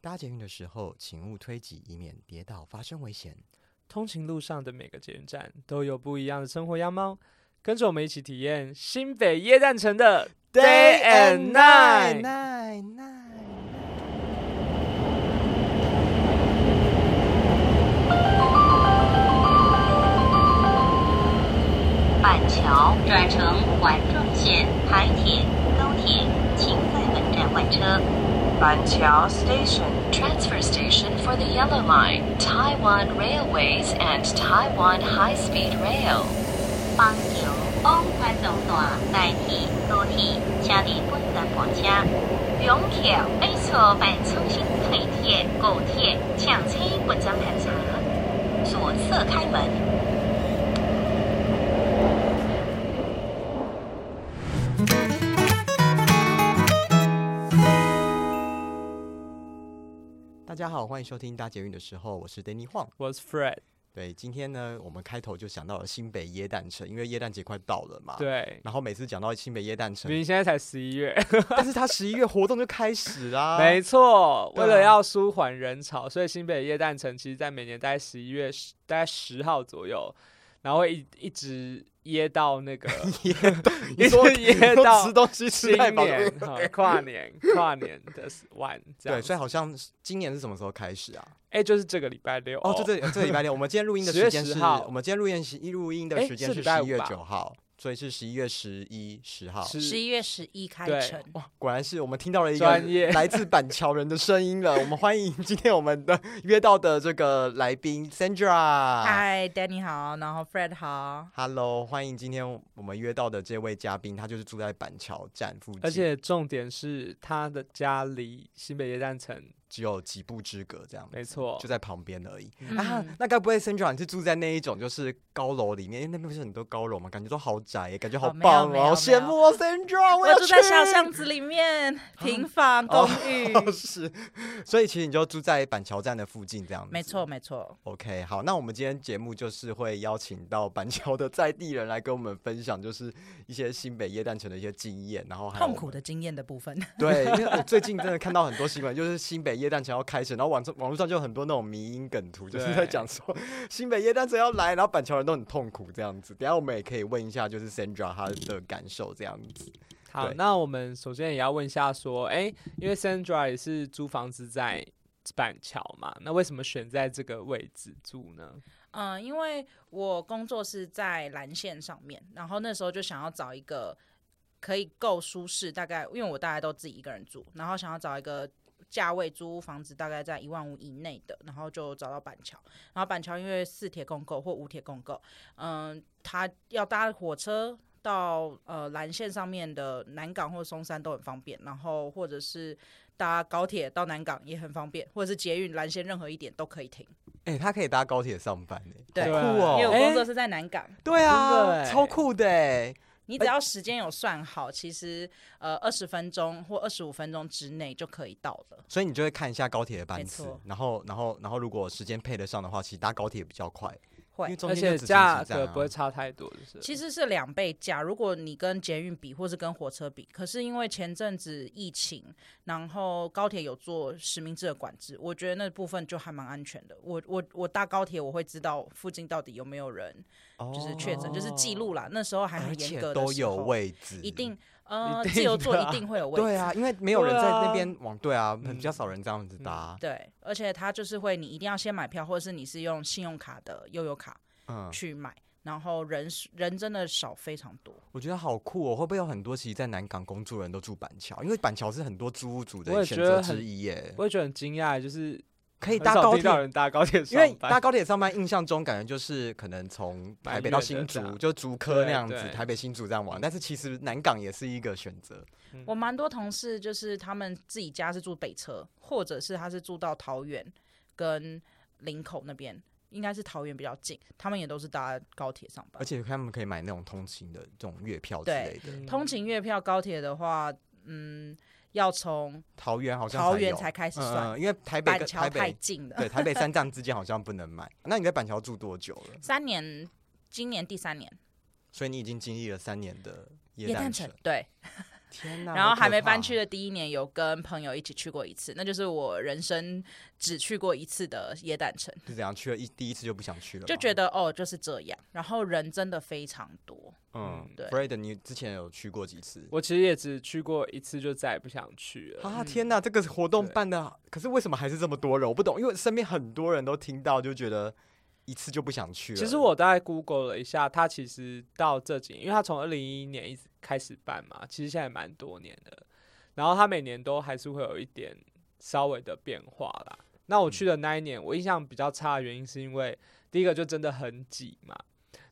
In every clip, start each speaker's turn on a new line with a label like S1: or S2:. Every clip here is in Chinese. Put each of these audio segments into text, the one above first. S1: 搭捷运的时候，请勿推挤，以免跌倒发生危险。
S2: 通勤路上的每个捷运站都有不一样的生活样貌，跟着我们一起体验新北夜诞城的 Day and Night。
S1: night night。
S3: 板桥转乘环状线台铁、高铁，请在本站换车。
S4: Ban Chao Station, transfer station for the Yellow Line, Taiwan Railways and Taiwan High Speed Rail.
S3: 帮桥往环状线台铁、高铁，请您本站换车。永桥北侧板重新台铁、高铁，请请本站盘查。左侧开门。
S1: 大家好，欢迎收听搭捷运的时候，我是 Danny Huang。
S2: Was Fred？
S1: 对，今天呢，我们开头就想到了新北耶诞城，因为耶诞节快到了嘛。。
S2: 对，
S1: 然后每次讲到新北耶诞
S2: 明
S1: 城，
S2: 明现在才十一月，
S1: 但是它十一月活动就开始啦。
S2: 没错。
S1: 对啊
S2: 为了要舒缓人潮，所以新北夜诞城其实在每年大概十一月十，大概十号左右，然后会一一直噎到那个
S1: 你说
S2: 一直噎
S1: 你说
S2: 到
S1: 吃东西吃
S2: 新
S1: 太饱了。
S2: 年、哈跨年、跨年的晚这样
S1: 对，
S2: 子。
S1: 所以好像是今年是什么时候开始啊？
S2: 哎、就是这个礼拜六
S1: 哦，这这这礼 拜六，我们今天录音的时间是，
S2: 10号
S1: 我们今天录音时录音的
S2: 诶
S1: 时间
S2: 是
S1: 是
S2: 礼拜
S1: 十
S2: 五
S1: 一月
S2: 吧
S1: 九号，所以是十一月十一十号。
S2: 是
S5: 十一月十一开
S2: 对
S5: 城，
S1: 果然是我们听到了一个
S2: 专业
S1: 来自板桥人的声音了。我们欢迎今天我们的约到的这个来宾 Sandra。
S5: 嗨，Danny 好，然后 Fred 好，
S1: Hello，欢迎今天我们约到的这位嘉宾，他就是住在板桥站附近，
S2: 而且重点是他的家离新北夜站城，
S1: 只有几步之隔，这样
S2: 没错
S1: 就，在旁边而已。
S2: 嗯
S1: 啊，那该不会 Sandra 你是住在那一种就是高楼里面？哎因为那边不是很多高楼嘛，感觉都好窄耶，感觉好
S5: 哦没有
S1: 棒哦，
S5: 没有
S1: 好
S5: 没
S1: 羡
S5: 有
S1: 慕哦，Sandra，
S5: 我
S1: 要
S5: 住在
S1: 去
S5: 小巷子里面，平房公寓，
S1: 是，所以其实你就住在板桥站的附近这样子。
S5: 没错没错，
S1: OK，好，那我们今天节目就是会邀请到板桥的在地人来跟我们分享，就是一些新北耶诞城的一些经验，然后还有
S5: 痛苦的经验的部分，
S1: 对，因为我最近真的看到很多新闻，就是新北夜诞城要开始，然后网上网络上就有很多那种迷因梗图，就是在
S2: 对
S1: 讲说新北夜诞城要来，然后板桥人都很痛苦这样子。等一下我们也可以问一下，就是 Sandra 她的感受这样子。
S2: 好，
S1: 对
S2: 那我们首先也要问一下说，哎、因为 Sandra 也是租房子在板桥嘛，那为什么选在这个位置住呢？
S5: 嗯、因为我工作是在蓝线上面，然后那时候就想要找一个可以够舒适，大概因为我大概都自己一个人住，然后想要找一个。价位租屋房子大概在一万五以内的，然后就找到板桥，然后板桥因为四铁共购或五铁共购，嗯，他要搭火车到呃蓝线上面的南港或松山都很方便，然后或者是搭高铁到南港也很方便，或者是捷运蓝线任何一点都可以停。
S1: 哎、她可以搭高铁上班哎、
S5: 对欸
S1: 好酷哦、
S5: 因为我
S2: 哎
S5: 工作是在南港，
S1: 对
S2: 真
S1: 啊，
S2: 的哎
S1: 超酷的哎、
S5: 你只要时间有算好，其实呃二十分钟或二十五分钟之内就可以到了。
S1: 所以你就会看一下高铁的班
S5: 没
S1: 次
S5: 错，
S1: 然后然后然后如果时间配得上的话，其实搭高铁比较快，因为
S5: 会，
S1: 中
S2: 而
S1: 间就
S2: 且
S1: 只停一
S2: 价
S1: 次站
S2: 格
S1: 啊
S2: 不会差太多，就是
S5: 其实是两倍价。如果你跟捷运比，或是跟火车比，可是因为前阵子疫情，然后高铁有做实名制的管制，我觉得那部分就还蛮安全的。我我我搭高铁，我会知道附近到底有没有人就是确诊，
S1: 哦
S5: 就是记录啦。那时候还
S1: 而
S5: 很严
S1: 且
S5: 格的时候，
S1: 都有位置，
S5: 一定呃
S2: 一定
S5: 自由座
S2: 的
S5: 一
S2: 啊
S5: 定会有位置。
S1: 对啊，因为没有人
S2: 对
S1: 在那
S2: 啊
S1: 边往对啊，
S2: 嗯
S1: 比较少人这样子搭，
S5: 对，而且它就是会，你一定要先买票，或者是你是用信用卡的悠游卡
S1: 嗯，
S5: 去买，然后人是人真的少非常多。
S1: 我觉得好酷哦！会不会有很多其实在南港工作人都住板桥？因为板桥是很多租屋主
S2: 我
S1: 的
S2: 也
S1: 选
S2: 觉
S1: 择
S2: 得
S1: 之
S2: 很
S1: 一耶。
S2: 我也觉得很惊讶，就是
S1: 可以
S2: 很
S1: 搭
S2: 少
S1: 高
S2: 听到
S1: 铁，
S2: 人搭高铁
S1: 因为
S2: 上班，
S1: 搭高铁上班，印象中感觉就是可能从
S2: 蛮
S1: 台北到
S2: 远的
S1: 新
S2: 这
S1: 竹，
S2: 样
S1: 就竹科那
S2: 对
S1: 样子，
S2: 对
S1: 台北新竹这样玩。但是其实南港也是一个选择。
S5: 我蛮多同事就是他们自己家是住北车，或者是他是住到桃园跟林口那边，应该是桃园比较近，他们也都是搭高铁上班
S1: 而。且他们可以买那种通勤的这种月票之
S5: 对
S1: 类的。
S2: 嗯
S5: 通勤月票高铁的话，嗯，要从
S1: 桃园好像
S5: 桃
S1: 才
S5: 园
S1: 有
S5: 才开
S1: 嗯
S5: 始算
S1: 嗯因为台北
S5: 板
S1: 跟
S5: 桥
S1: 台
S5: 太
S1: 北
S5: 近了，
S1: 对台北三站之间好像不能买。那你在板桥住多久了？
S5: 三年，今年第三年
S1: 所以你已经经历了三年的夜
S5: 也
S1: 诞
S5: 诞
S1: 城
S5: 城，，对，
S1: 天哪！
S5: 然后还没搬去
S1: 的，
S5: 的第一年，有跟朋友一起去过一次，那就是我人生只去过一次的耶诞城，
S1: 是怎样去了一第一次就不想去了吗，
S5: 就觉得哦就是这样。然后人真的非常多，
S1: 嗯
S5: 对
S1: ，Fred，你之前有去过几次？
S2: 我其实也只去过一次，就再也不想去了。
S1: 啊天哪，这个活动
S2: 嗯对
S1: 办的，可是为什么还是这么多人？我不懂，因为身边很多人都听到，就觉得一次就不想去了。
S2: 其实我大概 Google 了一下，它其实到这几年，因为它从二零一一年一直开始办嘛，其实现在蛮多年的。然后它每年都还是会有一点稍微的变化啦。那我
S1: 嗯
S2: 去的那一年，我印象比较差的原因是因为第一个就真的很挤嘛，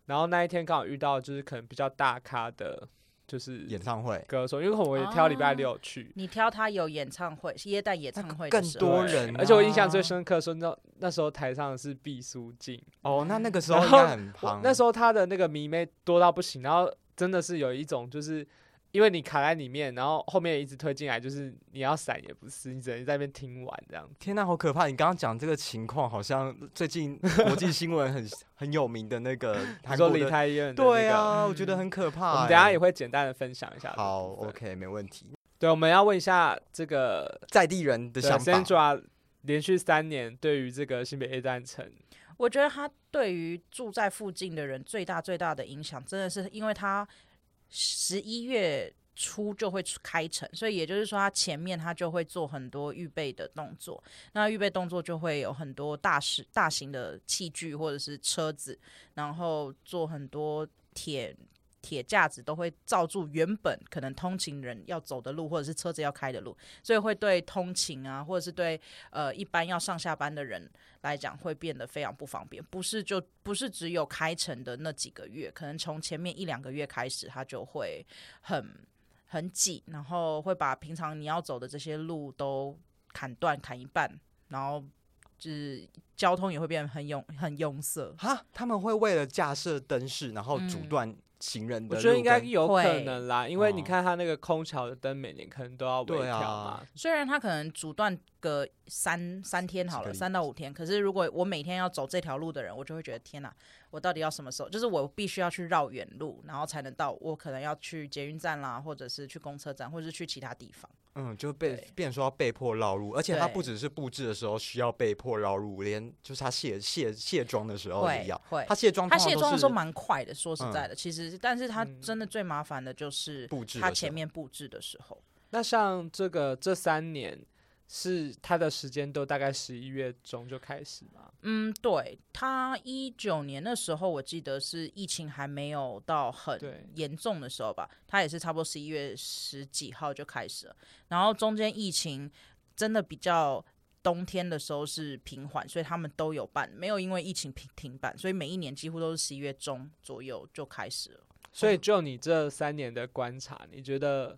S2: 然后那一天刚好遇到就是可能比较大咖的，就是
S1: 演唱会
S2: 歌手，因为可能我也挑礼拜
S5: 哦
S2: 六去，
S5: 你挑他有演唱会，耶诞演唱会的
S1: 更
S5: 时候
S1: 多
S2: 对
S1: 人啊、
S2: 而且我印象最深刻的是那那时候台上是毕书尽，
S1: 哦，那那个时候
S2: 然
S1: 应
S2: 后
S1: 该很
S2: 我
S1: 胖，
S2: 那时候他的那个迷妹多到不行，然后真的是有一种就是。因为你卡在里面，然后后面一直推进来，就是你要闪也不是，你只能在那边听完这样子。
S1: 天呐，好可怕！你刚刚讲这个情况，好像最近国际新闻很 很有名的那个
S2: 他
S1: 韩
S2: 说
S1: 国
S2: 李
S1: 的，
S2: 泰院的那个，哦
S1: 对啊，我觉得很可怕、欸
S2: 我们等一下也会简单的分享一下这个
S1: 好
S2: 部分。
S1: ，OK，没问题。
S2: 对，我们要问一下这个
S1: 在地人的
S2: 对
S1: 想法，
S2: Sandra 连续三年对于这个新北 A 站城，
S5: 我觉得他对于住在附近的人最大最大的影响，真的是因为他十一月初就会出开城，所以也就是说，他前面他就会做很多预备的动作。那预备动作就会有很多大事、大型的器具或者是车子，然后做很多铁。铁架子都会罩住原本可能通勤人要走的路，或者是车子要开的路，所以会对通勤啊，或者是对呃一般要上下班的人来讲会变得非常不方便，不是就不是只有开城的那几个月，可能从前面一两个月开始，它就会很很挤，然后会把平常你要走的这些路都砍断、砍一半，然后就是交通也会变得很拥很拥塞。
S1: 哈，他们会为了架设灯饰，然后阻
S5: 嗯
S1: 断行人的
S2: 我
S1: 路
S2: 觉得应该
S1: 跟
S2: 有
S5: 会
S2: 可能啦，因为你
S1: 哦
S2: 看他那个空桥的灯每年可能都要微
S1: 对
S2: 调嘛
S1: 啊，
S5: 虽然它可能阻断个三三天好
S1: 几个
S5: 了，
S1: 礼
S5: 三到五天，可是如果我每天要走这条路的人，我就会觉得天哪，我到底要什么时候？就是我必须要去绕远路，然后才能到。我可能要去捷运站啦，或者是去公车站，或者是去其他地方。
S1: 嗯，就被
S5: 对
S1: 变成说要被迫绕路，而且他
S5: 对
S1: 不只是布置的时候需要被迫绕路，连就是他卸卸卸妆的时候哦也
S5: 会
S1: 要。
S5: 会
S1: 他，卸妆，
S5: 他卸妆的时候蛮快的，说实
S1: 嗯
S5: 在的，其实，但是他
S2: 嗯
S5: 真的最麻烦的就是
S1: 布置的
S5: 他
S1: 时
S5: 前
S1: 候
S5: 面布置的时候。
S2: 那像这个这三年是它的时间都大概十一月中就开始嘛？
S5: 嗯，对他一九年的时候，我记得是疫情还没有到很
S2: 对
S5: 严重的时候吧，他也是差不多十一月十几号就开始了，然后中间疫情真的比较。冬天的时候是平缓，所以他们都有办，没有因为疫情停停办，所以每一年几乎都是十一月中左右就开始了。
S2: 所以就你这三年的观察，你觉得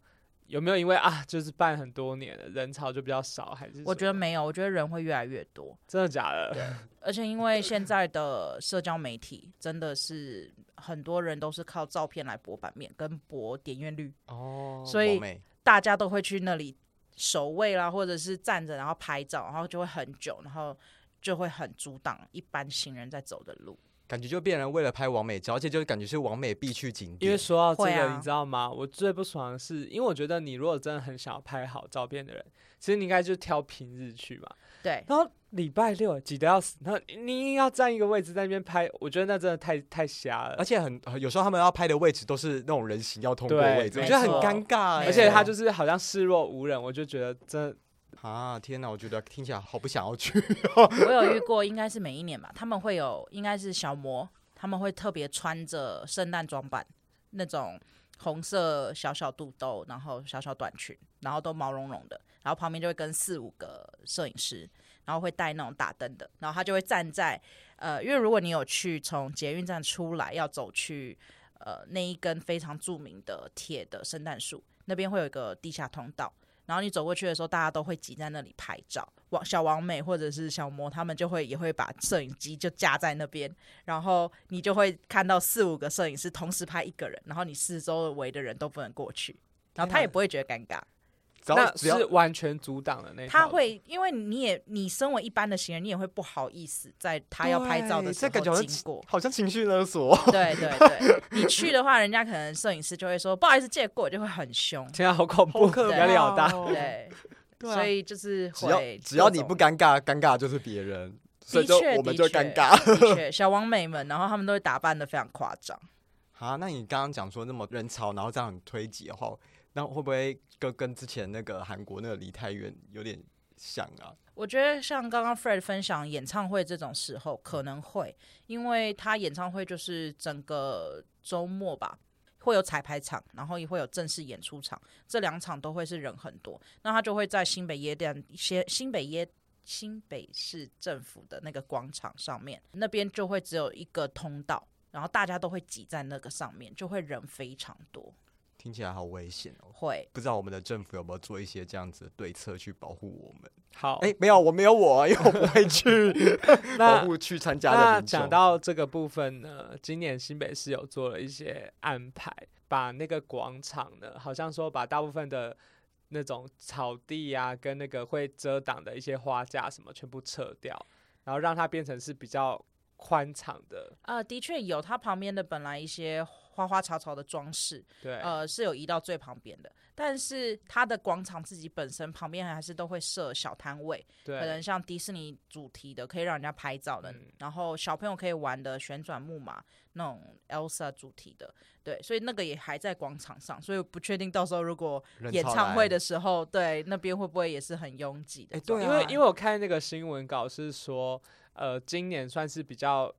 S2: 有没有因为啊，就是办很多年了，人潮就比较少，还是
S5: 我
S2: 什
S5: 觉得
S2: 么
S5: 没有，我觉得人会越来越多。
S2: 真的假的？
S5: 而且因为现在的社交媒体真的是很多人都是靠照片来博版面跟博点阅率，
S2: 哦，
S5: 所以
S1: 萌妹
S5: 大家都会去那里守卫啦，或者是站着然后拍照，然后就会很久，然后就会很阻挡一般行人在走的路。
S1: 感觉就变成为了拍完美照，而且就是感觉是完美必去景
S2: 因
S1: 点
S2: 为。说到这
S5: 会
S2: 个，
S5: 啊
S2: 你知道吗？我最不爽的是，因为我觉得你如果真的很想要拍好照片的人，其实你应该就挑平日去嘛。
S5: 对，
S2: 然后礼拜六挤得要死，然后你硬要占一个位置在那边拍，我觉得那真的太太瞎了
S1: 而。且很有时候他们要拍的位置都是那种人行要通过
S2: 对
S1: 位置，我
S5: 没
S1: 觉得很
S5: 错
S1: 尴尬欸。
S2: 而且他就是是好像视若无人，我就觉得真的
S1: 啊，天哪，我觉得听起来好不想要去。
S5: 我有遇过，应该是每一年吧，他们会有应该是小模，他们会特别穿着圣诞装扮那种。红色小小肚兜，然后小小短裙，然后都毛茸茸的，然后旁边就会跟四五个摄影师，然后会带那种打灯的，然后他就会站在呃，因为如果你有去从捷运站出来要走去呃那一根非常著名的铁的圣诞树那边会有一个地下通道，然后你走过去的时候，大家都会挤在那里拍照。王小王美或者是小魔他们就会也会把摄影机就架在那边，然后你就会看到四五个摄影师同时拍一个人，然后你四周围的人都不能过去，然后他也不会觉得尴尬。
S1: 只要
S2: 那
S1: 只要
S2: 是完全阻挡的那
S5: 他
S2: 条路
S5: 会，因为你也你身为一般的行人，你也会不好意思在他要拍照的
S1: 对
S5: 时
S1: 这感觉
S5: 候
S1: 好像
S5: 经 过。
S1: 好像情绪勒索。
S5: 对对对，你去的话，人家可能摄影师就会说不好意思借过，就会很凶。
S2: 天啊，好恐怖，
S1: 好可
S5: 怕
S2: 压力好大。
S1: 哦
S5: 对，
S1: 对啊
S5: 所以就是
S1: 只要
S5: 会
S1: 只要
S5: 各
S1: 你
S5: 种
S1: 不尴尬，尴尬就是别人，所以就
S5: 确
S1: 我们
S5: 的
S1: 就
S5: 确
S1: 尴尬。
S5: 的确，小王美们，然后他们都会打扮的非常夸张。
S1: 啊，那你刚刚讲说那么人潮，然后这样很推挤的话，那会不会跟跟之前那个韩国那个梨泰院有点像啊？
S5: 我觉得像刚刚 Fred 分享演唱会这种时候，可能会，因为他演唱会就是整个周末吧，会有彩排场，然后也会有正式演出场，这两场都会是人很多，那他就会在新北耶诞些新北耶。新北市政府的那个广场上面，那边就会只有一个通道，然后大家都会挤在那个上面，就会人非常多。
S1: 听起来好危险哦！
S5: 会，
S1: 不知道我们的政府有没有做一些这样子的对策去保护我们？
S2: 好，
S1: 哎、没有，我没有我啊，因为我不会去
S2: 哦 那
S1: 保护去参加的
S2: 那
S1: 民众。
S2: 讲到这个部分呢，今年新北市有做了一些安排，把那个广场呢，好像说把大部分的那种草地啊，跟那个会遮挡的一些花架什么全部撤掉，然后让它变成是比较宽敞的。
S5: 呃，的确有，它旁边的本来一些花花草草的装饰，
S2: 对，
S5: 呃，是有移到最旁边的，但是它的广场自己本身旁边还是都会设小摊位，
S2: 对，
S5: 可能像迪士尼主题的，可以让人家拍照的，
S2: 嗯
S5: 然后小朋友可以玩的旋转木马那种 Elsa 主题的，对，所以那个也还在广场上，所以不确定到时候如果
S1: 人
S5: 演
S1: 潮
S5: 唱
S1: 来
S5: 会的时候，对那边会不会也是很拥挤的
S1: 哎
S5: 状态？
S1: 对
S2: 因为
S1: 啊
S2: 因为我看那个新闻稿是说，呃，今年算是比较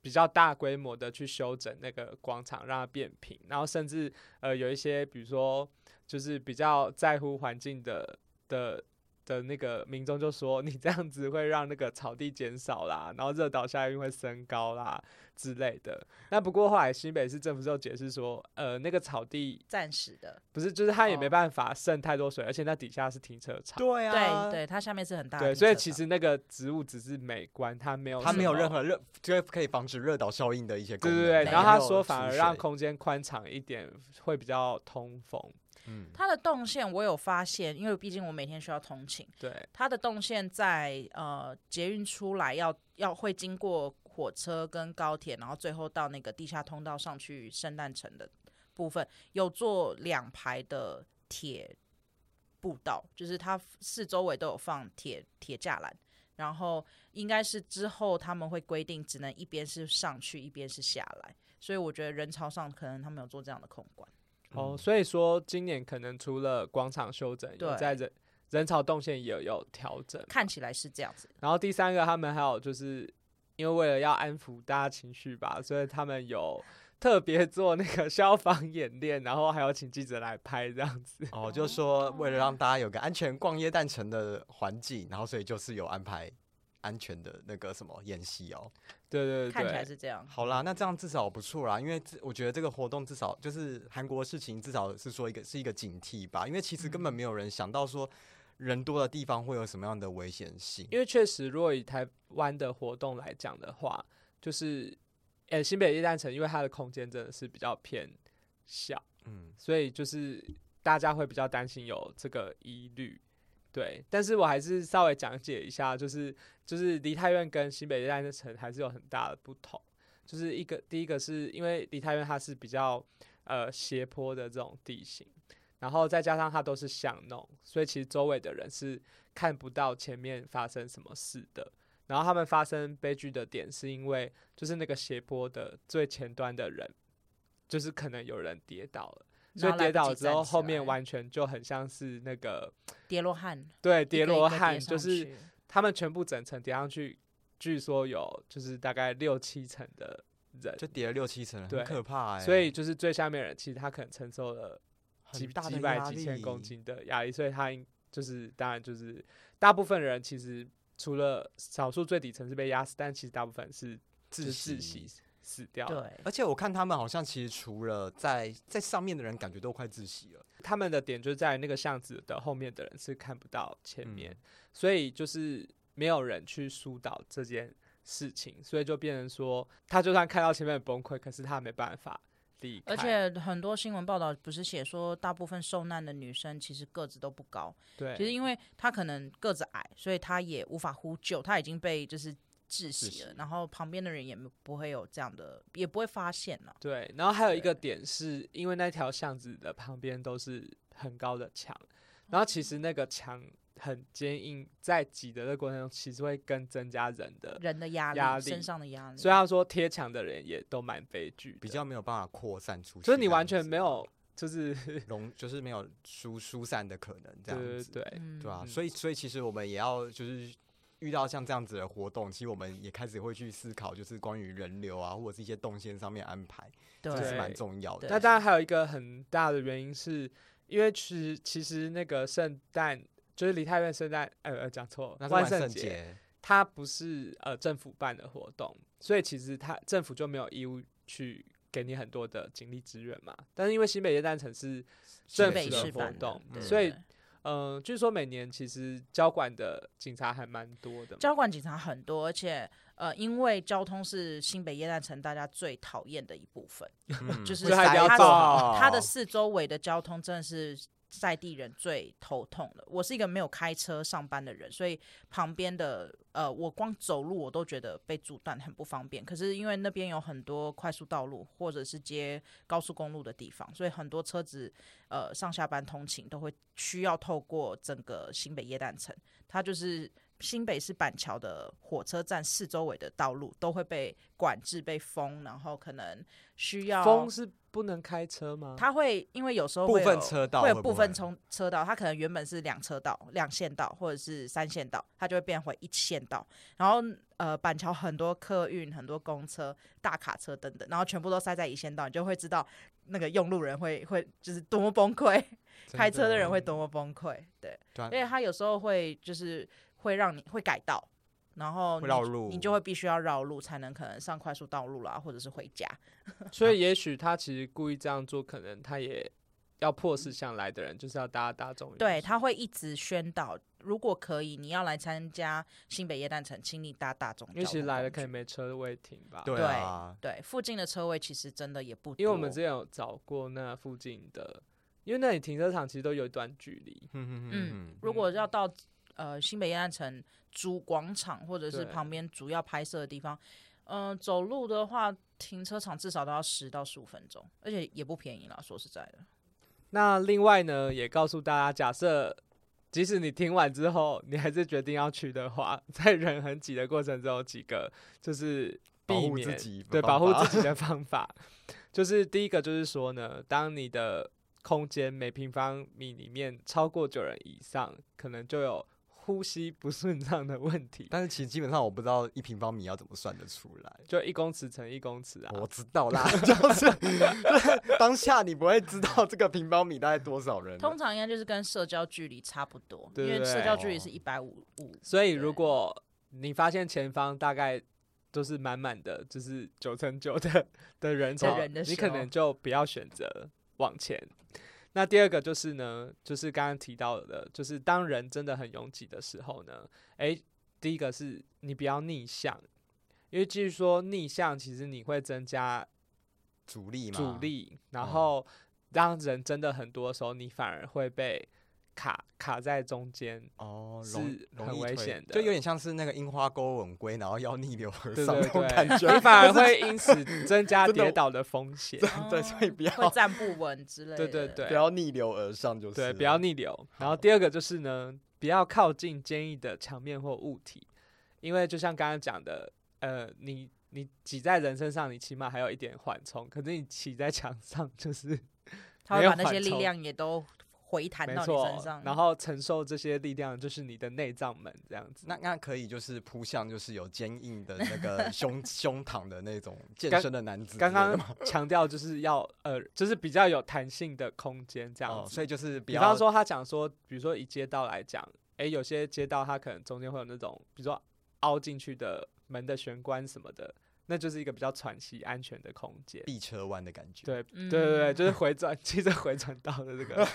S2: 比较大规模的去修整那个广场，让它变平，然后甚至呃有一些比如说就是比较在乎环境的的。的那个民众就说，你这样子会让那个草地减少啦，然后热岛效应会升高啦之类的。那不过后来新北市政府就解释说，呃，那个草地
S5: 暂时的，
S2: 不是，就是它也没
S5: 哦
S2: 办法渗太多水，而且那底下是停车场。
S1: 对啊，
S5: 对对，它下面是很大的
S2: 对，
S5: 停车场，
S2: 所以其实那个植物只是美观，它没有
S1: 它
S2: 什
S1: 没有
S2: 么
S1: 任何热，就是可以防止热岛效应的一些功
S2: 对
S1: 能。
S2: 对对。
S5: 没
S2: 然后
S1: 也
S2: 他
S1: 没有
S2: 说反而
S1: 储
S2: 让
S1: 水，
S2: 空间宽敞一点，会比较通风。
S1: 嗯，
S5: 它的动线我有发现，因为毕竟我每天需要通勤。
S2: 对
S5: 它的动线在呃捷运出来要要会经过火车跟高铁，然后最后到那个地下通道上去圣诞城的部分，有做两排的铁步道，就是它四周围都有放铁铁栅栏。然后应该是之后他们会规定，只能一边是上去，一边是下来，所以我觉得人潮上可能他们有做这样的控管。
S2: 哦，
S1: 嗯
S2: 所以说今年可能除了广场修整，有
S5: 对
S2: 在人人潮动线也有调整。
S5: 看起来是这样子，
S2: 然后第三个，他们还有就是因为为了要安抚大家情绪吧，所以他们有特别做那个消防演练，然后还有请记者来拍这样子。
S1: 哦，就是说为了让大家有个安全逛耶诞城的环境，然后所以就是有安排安全的那个什么演习哦。
S2: 对对对，
S5: 看起来是这样。
S1: 好啦，那这样至少不错啦，因为这我觉得这个活动至少就是韩国事情，至少是说一个是一个警惕吧，因为其实根本
S2: 嗯
S1: 没有人想到说人多的地方会有什么样的危险性。
S2: 因为确实，如果以台湾的活动来讲的话，就是，呃、新北夜诞城，因为它的空间真的是比较偏小，
S1: 嗯，
S2: 所以就是大家会比较担心有这个疑虑。对，但是我还是稍微讲解一下，就是就是梨泰院跟新北夜诞城还是有很大的不同。就是一个第一个是因为梨泰院它是比较呃斜坡的这种地形，然后再加上它都是巷弄，所以其实周围的人是看不到前面发生什么事的。然后他们发生悲剧的点是因为就是那个斜坡的最前端的人，就是可能有人跌倒了，所
S5: 然
S2: 以
S5: 后来
S2: 跌
S5: 不
S2: 倒
S5: 及
S2: 之后
S5: 站起
S2: 后面
S5: 来
S2: 完全就很像是那个
S5: 跌落汉，
S2: 对
S5: 一个
S2: 叠
S5: 一个
S2: 罗
S5: 叠
S2: 汉，
S5: 上
S2: 就是
S5: 去
S2: 他们全部整层叠上去，据说有就是大概六七层的人，
S1: 就跌了六七层，
S2: 对
S1: 很可怕哎、
S2: 所以就是最下面的人，其实他可能承受了
S1: 很
S2: 几
S1: 大的
S2: 几百
S1: 压
S2: 几千公
S1: 力
S2: 斤的压力，所以他应就是当然就是大部分人其实除了少数最底层是被压死，但其实大部分是
S1: 窒
S2: 是窒息
S1: 息。
S2: 死掉了。
S5: 对，
S1: 而且我看他们好像其实除了在在上面的人，感觉都快窒息了。
S2: 他们的点就在于那个巷子的后面的人是看不到前面，
S1: 嗯
S2: 所以就是没有人去疏导这件事情，所以就变成说，他就算看到前面很崩溃，可是他没办法离开，
S5: 而且很多新闻报道不是写说，大部分受难的女生其实个子都不高，
S2: 对，
S5: 其实因为她可能个子矮，所以她也无法呼救，她已经被就是窒息了，
S1: 息
S5: 然后旁边的人也没不会有这样的，也不会发现呢、
S2: 对，然后还有一个点是因为那条巷子的旁边都是很高的墙，
S5: 嗯
S2: 然后其实那个墙很坚硬，在挤的这个过程中，其实会更增加人的，
S5: 人的压力，
S2: 压力
S5: 身上的压力，
S2: 所以他说贴墙的人也都蛮悲剧的，
S1: 比较没有办法扩散出去，
S2: 就是你完全没有，就是
S1: 融，就是没有疏疏散的可能，这
S2: 对
S1: 样
S2: 对
S1: 子，
S2: 对，
S5: 嗯
S1: 对啊，
S2: 嗯
S1: 所以所以其实我们也要就是。遇到像这样子的活动，其实我们也开始会去思考，就是关于人流啊，或者是一些动线上面安排，
S5: 对
S1: 这是
S2: 对
S1: 蛮重要的。
S2: 那当然还有一个很大的原因是，因为其实其实那个圣诞就是梨泰院圣诞，呃呃讲错
S1: 那
S2: 了，
S1: 是万
S2: 圣
S1: 圣节，
S2: 它不是呃政府办的活动，所以其实它政府就没有义务去给你很多的警力支援嘛。但是因为新北耶诞城是政
S5: 新
S1: 是
S5: 北
S2: 府的
S5: 市
S2: 活
S5: 办的
S2: 动，
S5: 对
S2: 所以
S5: 对
S2: 嗯、呃据说每年其实交管的警察还蛮多的嘛。
S5: 交管警察很多，而且呃，因为交通是新北耶诞城大家最讨厌的一部分，
S1: 嗯
S5: 就是
S2: 所以还
S5: 它
S2: 得要
S5: 它
S2: 造
S5: 它的四周围的交通真的是。在地人最头痛的，我是一个没有开车上班的人，所以旁边的呃，我光走路我都觉得被阻断很不方便。可是因为那边有很多快速道路或者是接高速公路的地方，所以很多车子呃上下班通勤都会需要透过整个新北耶诞城，它就是新北市板桥的火车站四周围的道路都会被管制、被封，然后可能需要
S2: 风是不能开车吗？
S5: 它会因为有时候
S1: 嗯部
S5: 会有
S1: 分车道
S5: 会有
S1: 会不
S5: 部分
S1: 会
S5: 从车道，它可能原本是两车道、两线道或者是三线道，它就会变回一线道。然后呃，板桥很多客运、很多公车、大卡车等等，然后全部都塞在一线道，你就会知道那个用路人会会就是多么崩溃，开车的人会多么崩溃。对，
S1: 对啊
S5: 因为它有时候会就是会让你会改道。然后
S1: 会
S5: 你
S1: 绕
S5: 就
S1: 路
S5: 你就会必须要绕路才能可能上快速道路啦，或者是回家。
S2: 所以也许他其实故意这样做，可能他也要迫使想来的人就是要搭大众运输。
S5: 嗯对，他会一直宣导，如果可以，你要来参加新北夜诞城，请你搭大众交
S2: 因为其实
S5: 通
S2: 来了
S5: 工
S2: 可以
S5: 具
S2: 没车位停吧？
S1: 对啊，
S5: 对，附近的车位其实真的也不多，
S2: 因为我们之前有找过那附近的，因为那里停车场其实都有一段距离。
S1: 嗯嗯
S5: 嗯
S1: 嗯，
S5: 如果要到呃新北夜诞城主广场或者是
S2: 对
S5: 旁边主要拍摄的地方，嗯、走路的话，停车场至少都要十到十五分钟，而且也不便宜啦，说实在的，
S2: 那另外呢，也告诉大家，假设即使你听完之后，你还是决定要去的话，在人很挤的过程中，有几个就是
S1: 保
S2: 避
S1: 护自
S2: 免
S1: 己的
S2: 对
S1: 方
S2: 保护
S1: 法
S2: 自己的方法，就是第一个就是说呢，当你的空间每平方米里面超过九人以上，可能就有呼吸不顺畅的问题，
S1: 但是其实基本上我不知道一平方米要怎么算得出来。
S2: 就一公尺乘一公尺啊，
S5: 哦
S1: 我知道啦， 就是当下你不会知道这个平方米大概多少人。
S5: 通常应该就是跟社交距离差不多，
S2: 对
S5: 因为
S2: 对
S5: 社交距离
S1: 哦
S5: 是一百五 五，
S2: 所以
S5: 对
S2: 如果你发现前方大概都是满满的，就是九乘九的的人潮，
S5: 人的
S2: 你
S5: 时
S2: 可
S5: 候
S2: 能就不要选择往前。那第二个就是呢，就是刚刚提到的，就是当人真的很拥挤的时候呢，诶、第一个是你不要逆向，因为据说逆向其实你会增加
S1: 阻力嘛，
S2: 阻力，然
S1: 嗯
S2: 后当人真的很多的时候，你反而会被卡卡在中间。
S1: 哦，
S2: 是
S1: 容容
S2: 很
S1: 易
S2: 危
S1: 推
S2: 险的
S1: 就有点像是那个樱花沟吻龟，然后要逆流而
S2: 对
S1: 上那
S2: 对
S1: 种感
S2: 对，
S1: 觉
S2: 你。反而会因 此增加
S1: 真的
S2: 跌倒的风险。
S1: 对所以不
S5: 哦会
S1: 要
S5: 站不稳之类的，
S2: 对对对，
S1: 不要逆流而上，就是
S2: 对，
S1: 了
S2: 不要逆流。然后第二个就是呢，不要靠近坚硬的墙面或物体，因为就像刚刚讲的，呃，你你挤在人身上，你起码还有一点缓冲，可是你挤在墙上 就是
S5: 他
S2: 没
S5: 会
S2: 有
S5: 把那
S2: 缓
S5: 些力
S2: 冲
S5: 量也都回弹
S2: 没
S5: 到你身
S2: 错
S5: 上，，
S2: 然后承受这些力量就是你的内脏们这样子。
S1: 那那可以就是扑向就是有坚硬的那 个胸胸膛的那种健
S2: 刚
S1: 身的男子之类
S2: 刚
S1: 的
S2: 刚
S1: 嘛，
S2: 强调就是要呃，就是比较有弹性的空间 这样
S1: 哦，
S2: 子，
S1: 所以就是不
S2: 比方
S1: 要
S2: 说，他讲说，比如说以街道来讲，诶，有些街道它可能中间会有那种，比如说凹进去的门的玄关什么的，那就是一个比较喘息、安全的空间。
S1: 避车弯的感觉。
S2: 对对
S5: 嗯
S2: 对对，就是回转， 接着回转到的这个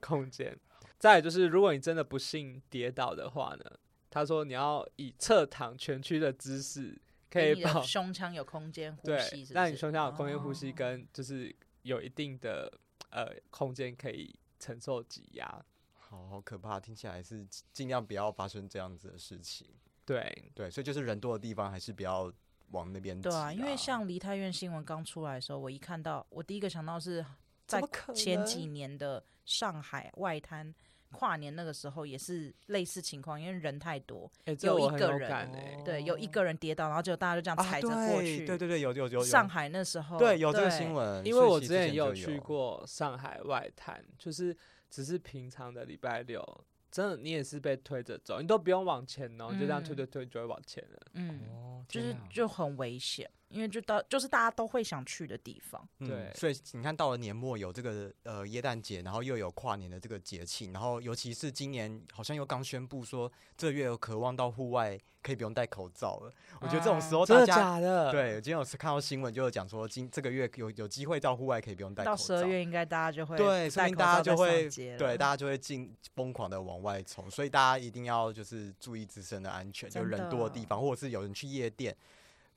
S2: 空间。再来就是，如果你真的不幸跌倒的话呢，他说你要以侧躺蜷曲的姿势，可
S5: 给
S2: 以
S5: 你
S2: 保
S5: 的胸腔有空间 呼
S2: 对
S5: 吸是不是，
S2: 让你胸腔有空间呼吸
S5: 哦
S2: 跟就是有一定的呃空间可以承受挤压。
S1: 好好可怕，听起来是尽尽量不要发生这样子的事情。
S2: 对，
S1: 对，所以就是人多的地方还是不要往那边挤、
S5: 对啊，因为像梨泰院新闻刚出来的时候，我一看到，我第一个想到是
S1: 怎
S5: 在
S1: 么可
S5: 前
S1: 能
S5: 几年的上海外滩跨年那个时候也是类似情况，因为人太多，
S2: 哎、这
S5: 有
S2: 我
S5: 一
S2: 很
S5: 个
S2: 有
S5: 人哦
S2: 感哎、
S5: 对，有一个人跌倒，然后结果大家就这样
S1: 哦啊
S5: 踩着过
S1: 对
S5: 去。
S1: 对对对，有有有有
S5: 上海那时候
S1: 对有这个新，闻，
S2: 因为
S1: 所以
S2: 我
S1: 其
S2: 之
S1: 实
S2: 前
S1: 前
S2: 也
S1: 就
S2: 有
S1: 有
S2: 去，过上海外滩，就是只是平常的礼拜六，真的你也是被推着走，你都不用往前哦，就这样推
S5: 嗯
S2: 推推就会往前了。
S5: 嗯，
S1: 哦，
S5: 就是
S1: 天啊
S5: 就很危险，因为就到就是大家都会想去的地方。
S1: 嗯
S2: 对
S1: 所以你看到了年末有这个呃耶诞节，然后又有跨年的这个节庆，然后尤其是今年好像又刚宣布说这月有渴望到户外可以不用戴口罩了。我觉得这种
S5: 啊
S1: 时候
S2: 真
S1: 哦大
S2: 的
S1: 家。
S2: 假的？
S1: 对，今天有看到新闻，就有讲说今这个月有有机会到户外可以不用戴口罩，
S5: 到十二月应该大家就会
S1: 对，说
S5: 戴
S1: 明
S5: 口
S1: 大家
S5: 罩
S1: 就
S5: 在上
S1: 会
S5: 街了
S1: 对大家就会进疯狂的往外冲，所以大家一定要就是注意自身的安全，就
S5: 真
S1: 人多的
S5: 的
S1: 地方，或者是有人去夜店。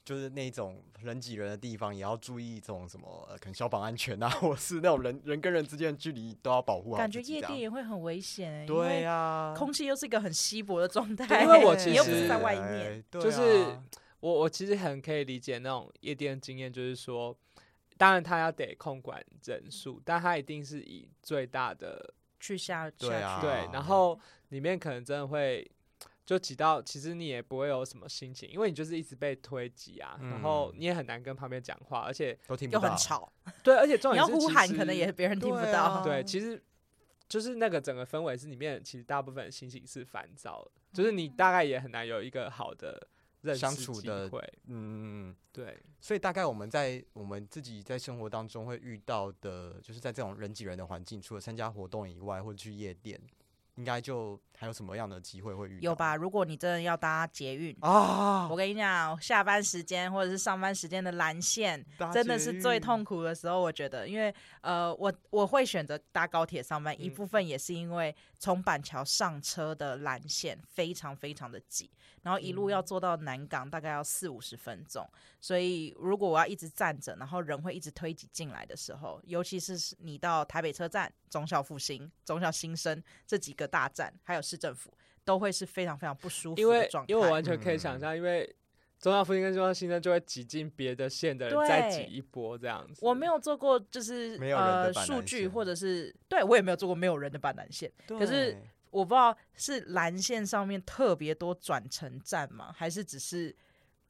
S1: 就是那种人挤人的地方，也要注意这种什么，呃、可能消防安全啊， 或是那种人人跟人之间的距离都要保护好
S5: 感
S1: 自
S5: 觉
S1: 己
S5: 夜
S1: 这
S5: 店
S1: 样
S5: 也会很危险、欸，
S1: 对
S5: 呀、
S1: 啊，
S5: 空气又是一个很稀薄的状
S2: 对
S5: 态，
S2: 因为我
S5: 你
S2: 其
S5: 又不是
S2: 实
S5: 在外面，
S1: 对
S2: 就是
S1: 啊
S2: 我我其实很可以理解那种夜店经验，就是说，当然他要得控管人数，但他一定是以最大的
S5: 去下
S1: 对啊
S5: 下去，
S2: 对
S1: 啊，
S2: 然后里面可能真的会就挤到，其实你也不会有什么心情，因为你就是一直被推挤啊，然后
S1: 嗯
S2: 你也很难跟旁边讲话，而且
S1: 都听不
S5: 又
S1: 到，
S5: 很吵，
S2: 对，而且重
S5: 你
S2: 点
S5: 要
S2: 是
S5: 呼
S2: 其
S5: 喊
S2: 实
S5: 可能也嗯别人听不
S1: 对
S5: 到，
S1: 啊
S2: 对，其实就是那个整个氛围是里面，其实大部分的心情是烦躁的，就是你
S5: 嗯
S2: 大概也很难有一个好的认识
S1: 相处
S2: 机
S1: 的
S2: 会，
S1: 嗯。
S2: 对，
S1: 所以大概我们在我们自己在生活当中会遇到的，就是在这种人挤人的环境，除了参加活动以外，或者去夜店，应该就还有什么样的机会会遇到？
S5: 有吧？如果你真的要搭捷运。
S1: 啊？
S5: 我跟你讲，下班时间或者是上班时间的蓝线，真的是最痛
S1: 苦。
S5: 苦的时候。我觉得，因为呃，我我会选择搭高铁上班，一
S2: 嗯
S5: 部分也是因为从板桥上车的蓝线非常非常的挤，然后一路要
S2: 嗯
S5: 坐到南港，大概要四五十分钟。所以如果我要一直站着，然后人会一直推挤进来的时候，尤其是你到台北车站、中校复兴、中校新生这几个大站，还有市政府，都会是非常非常不舒
S2: 因
S5: 服的
S2: 为
S5: 状态。
S2: 因为我完全可以想
S1: 嗯
S2: 象，因为中央附近跟中央新生就会挤进别的县的人，再挤
S5: 对
S2: 一波这样子。
S5: 我没有做过，就是
S1: 没有人的
S5: 呃
S1: 板
S5: 数
S1: 南
S5: 据
S1: 线
S5: 或者是对我也没有做过没有人的板南线，可是
S1: 对
S5: 我不知道是蓝线上面特别多转乘站吗？还是只是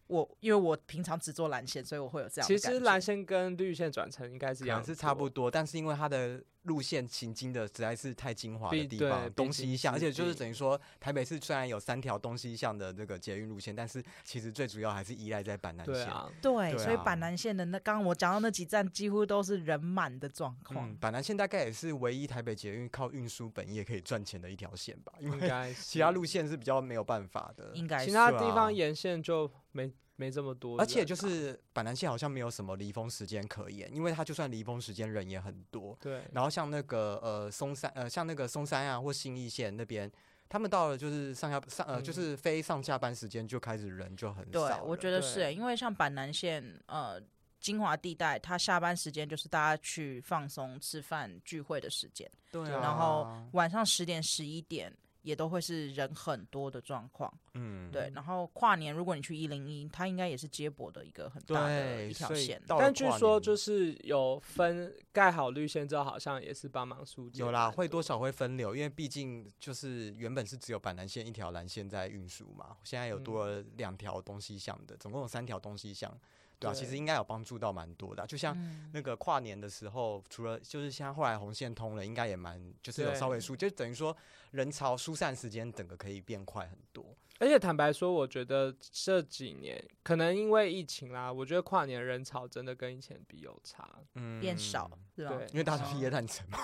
S5: 我因为我平常只坐蓝线，所以我会有这样的
S2: 其
S5: 感觉。
S2: 实蓝线跟绿线转乘应该是
S1: 可
S2: 一样
S1: 能
S2: 多，
S1: 是差不多，但是因为它的路线行经的实在是太精华的
S2: 毕
S1: 地
S2: 对
S1: 方，
S2: 毕
S1: 东西
S2: 竟
S1: 向，而
S2: 是
S1: 且就是
S2: 地
S1: 等于说台北市虽然有三条东西向的这个捷运路线，但是其实最主要还是依赖在板南线。
S2: 对啊，
S5: 对，
S1: 对
S5: 所以
S1: 啊
S5: 板南线的那刚刚我讲到那几站几乎都是人满的状况。
S1: 嗯，板南线大概也是唯一台北捷运靠运输本业可以赚钱的一条线吧，因
S2: 应
S1: 为
S2: 该
S1: 其他
S2: 是
S1: 路线是比较没有办法的。
S5: 应该
S2: 其
S5: 是
S2: 他
S1: 是
S2: 地
S1: 啊
S2: 方沿线就没没这么多人啊，
S1: 而且就是板南线好像没有什么离峰时间可言，因为它就算离峰时间人也很多。
S2: 对，
S1: 然后像那个呃松山呃像那个松山啊或新义线那边，他们到了就是上下上呃
S2: 嗯
S1: 就是非上下班时间就开始人就很
S5: 对
S1: 少了。，
S5: 我觉得是
S2: 对
S5: 欸，因为像板南线呃精华地带，它下班时间就是大家去放松、吃饭、聚会的时间。
S1: 对
S2: 对
S1: 啊，
S5: 然后晚上十点、十一点也都会是人很多的状况。
S1: 嗯
S5: 对，然后跨年如果你去一零一，它应该也是接驳的一个很大的
S1: 对，
S5: 一条
S1: 所以
S5: 线。
S1: 到了
S2: 但据
S1: 跨
S2: 说
S1: 年
S2: 就是有分盖好绿线之后，好像也是帮忙疏解
S1: 有
S2: 蛮
S1: 啦，会多
S2: 多
S1: 少会分流，因为毕竟就是原本是只有板南线一条蓝线在运输嘛，现在有
S5: 嗯
S1: 多了两条东西向的，总共有三条东西向，对啊，其实
S2: 对
S1: 应该有帮助到蛮多的啊、就像
S5: 嗯
S1: 那个跨年的时候，除了就是像后来红线通了，应该也蛮就是有
S2: 对
S1: 稍微疏，就等于说人潮疏散时间整个可以变快很多。
S2: 而且坦白说，我觉得这几年可能因为疫情啦，我觉得跨年人潮真的跟以前比有差。
S1: 嗯，
S5: 变少，是吧？
S2: 对
S1: 因为大家都
S5: 哦
S1: 去耶诞城 嘛，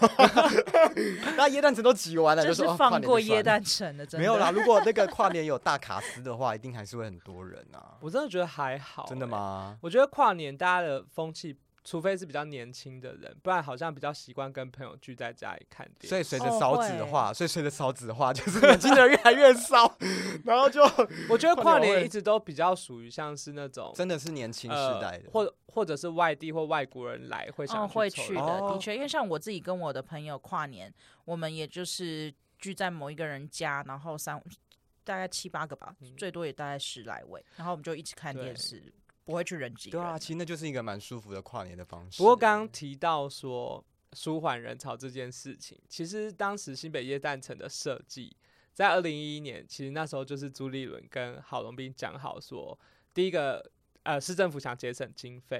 S1: 那耶诞城都挤完了，
S5: 就
S1: 就是说哦跨年
S5: 放
S1: 就
S5: 过
S1: 算
S5: 耶
S1: 了
S5: 诞城的，真的
S1: 没有啦。。如果那个跨年有大卡司的话，一定还是会很多人啊。
S2: 我真的觉得还好、
S1: 真的？吗？
S2: 我觉得跨年大家的风气除非是比较年轻的人，不然好像比较习惯跟朋友聚在家里看电影。
S1: 所以随着
S5: 哦
S1: 烧纸的
S5: 会
S1: 话，所以随着烧纸的话，就是年轻的人越来越少， 然后就
S2: 我觉得
S1: 跨
S2: 跨
S1: 年
S2: 年
S1: 会
S2: 一直都比较属于像是那种
S1: 真的是年轻
S2: 呃
S1: 时代的，
S2: 或或者是外地或外国人来会想
S5: 嗯，会
S2: 凑
S5: 去
S2: 热
S5: 的，
S2: 闹
S1: 哦
S5: 的确，因为像我自己跟我的朋友跨年，我们也就是聚在某一个人家，然后三大概七八个吧，
S2: 嗯
S5: 最多也大概十来位，然后我们就一起看
S2: 对
S5: 电视，不会去人挤
S1: 对
S5: 人。
S1: 啊，其实那就是一个蛮舒服的跨年的方式。
S2: 不过刚刚提到说舒缓人潮这件事情，其实当时新北夜诞城的设计，在二零一一年，其实那时候就是朱立伦跟郝龙斌讲好说，第一个呃市政府想节省经费，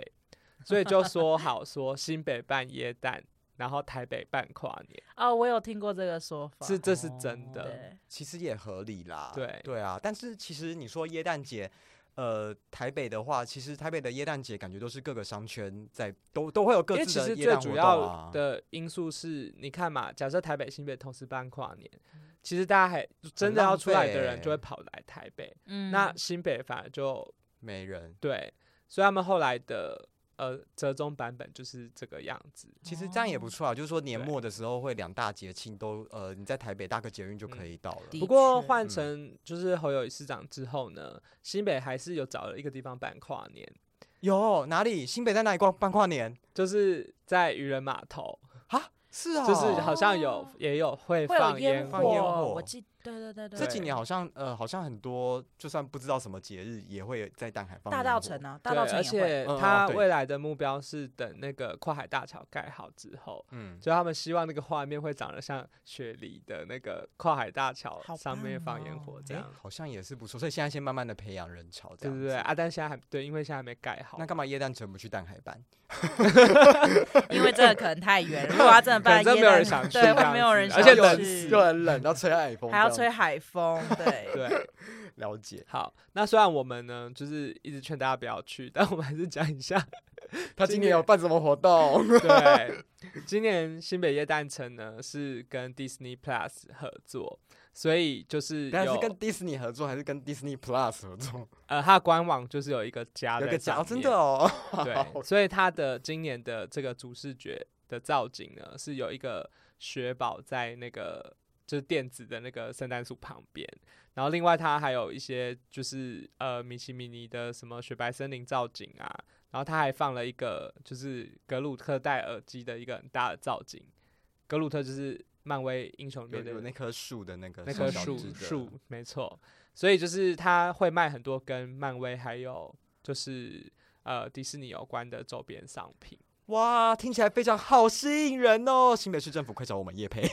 S2: 所以就说好说新北办夜诞， 然后台北办跨年，
S5: 哦，我有听过这个说法，
S2: 是这是真的。
S5: 对，
S1: 其实也合理啦。
S2: 对
S1: 对啊，但是其实你说耶诞节，呃，台北的话，其实台北的耶诞节感觉都是各个商圈在都都会有各
S2: 因为其
S1: 自
S2: 实
S1: 的耶
S2: 最
S1: 诞活
S2: 主
S1: 动
S2: 要
S1: 啊。
S2: 的因素是，你看嘛，假设台北、新北同时办跨年，其实大家还真的
S1: 浪
S2: 要出来的
S1: 费
S2: 人
S1: 欸
S2: 就会跑来台北，
S5: 嗯，
S2: 那新北反而就
S1: 没人。
S2: 对，所以他们后来的呃折中版本就是这个样子。
S1: 其实这样也不错啊，就是说年
S2: 对
S1: 末的时候会两大节庆都呃，你在台北搭个捷运
S2: 嗯
S1: 就可以到了。
S5: 的
S2: 不过
S5: 确
S2: 换
S1: 嗯
S2: 成就是侯友宜市长之后呢，新北还是有找了一个地方办跨年，
S1: 有哪里？新北在哪里逛办跨年
S2: 就是在渔人码头，
S1: 啊？是啊、
S2: 就是好像有也有会
S5: 会有
S2: 放
S5: 烟
S2: 烟
S1: 放烟
S2: 火。
S1: 火
S5: 我记，对对对对，
S1: 这几年好像呃，好像很多就算不知道什么节日，也会在淡海放
S5: 大
S1: 烟
S5: 道
S1: 火
S5: 城，啊，大
S2: 对，
S5: 道城
S2: 而
S5: 也会，
S2: 且
S1: 嗯嗯
S2: 他
S1: 对
S2: 未来的目标是等那个跨海大桥盖好之后，
S1: 嗯，
S2: 就他们希望那个画面会长得像雪梨的那个跨海大桥
S5: 好
S2: 上面
S5: 棒
S2: 放烟
S5: 哦
S2: 火这
S1: 哎、
S2: 样。
S1: 好像也是不错。所以现在先慢慢的培养人潮，这
S2: 对
S1: 样
S2: 对
S1: 子
S2: 对，啊，但现在还对，因为现在还没盖好。
S1: 那干嘛耶诞城不去淡海办？
S5: 因为这个可能 太远了，如果要真的
S2: 可能
S5: 办
S2: 真
S5: 耶诞，
S2: 没有人想去这
S5: 对，
S2: 样子，
S5: 会没有人想
S2: 而且
S5: 去
S2: 冷
S1: 去
S2: 又很冷。
S1: 要吹海风
S5: 还要吹 海风，对，
S2: 对，
S1: 了解。
S2: 好，那虽然我们呢，就是一直劝大家不要去， 但我们还是讲一下。
S1: 他
S2: 今年有
S1: 办什么活动？
S2: 对，今年新北夜诞城呢是跟 Disney Plus 合作，所以就是
S1: 但是
S2: 有
S1: 跟 Disney 合作还是跟 Disney Plus 合作？
S2: 呃，它的官网就是有一个家
S1: 有
S2: 啊在上
S1: 个
S2: 面，
S1: 奖，真的哦。
S2: 对，所以它的今年的这个主视觉的造景呢，是有一个雪宝在那个就是电子的那个圣诞树旁边，然后另外它还有一些就是呃米奇米妮的什么雪白森林造景啊，然后它还放了一个就是格鲁特戴耳机的一个很大的造景，格鲁特就是漫威英雄
S1: 有
S2: 里面的
S1: 有那棵树的那个
S2: 那
S1: 小
S2: 棵
S1: 小
S2: 树
S1: 只的
S2: 树，没错。所以就是他会卖很多跟漫威还有就是呃迪士尼有关的周边商品。
S1: 哇，听起来非常好吸引人哦！新北市政府快找我们叶 培。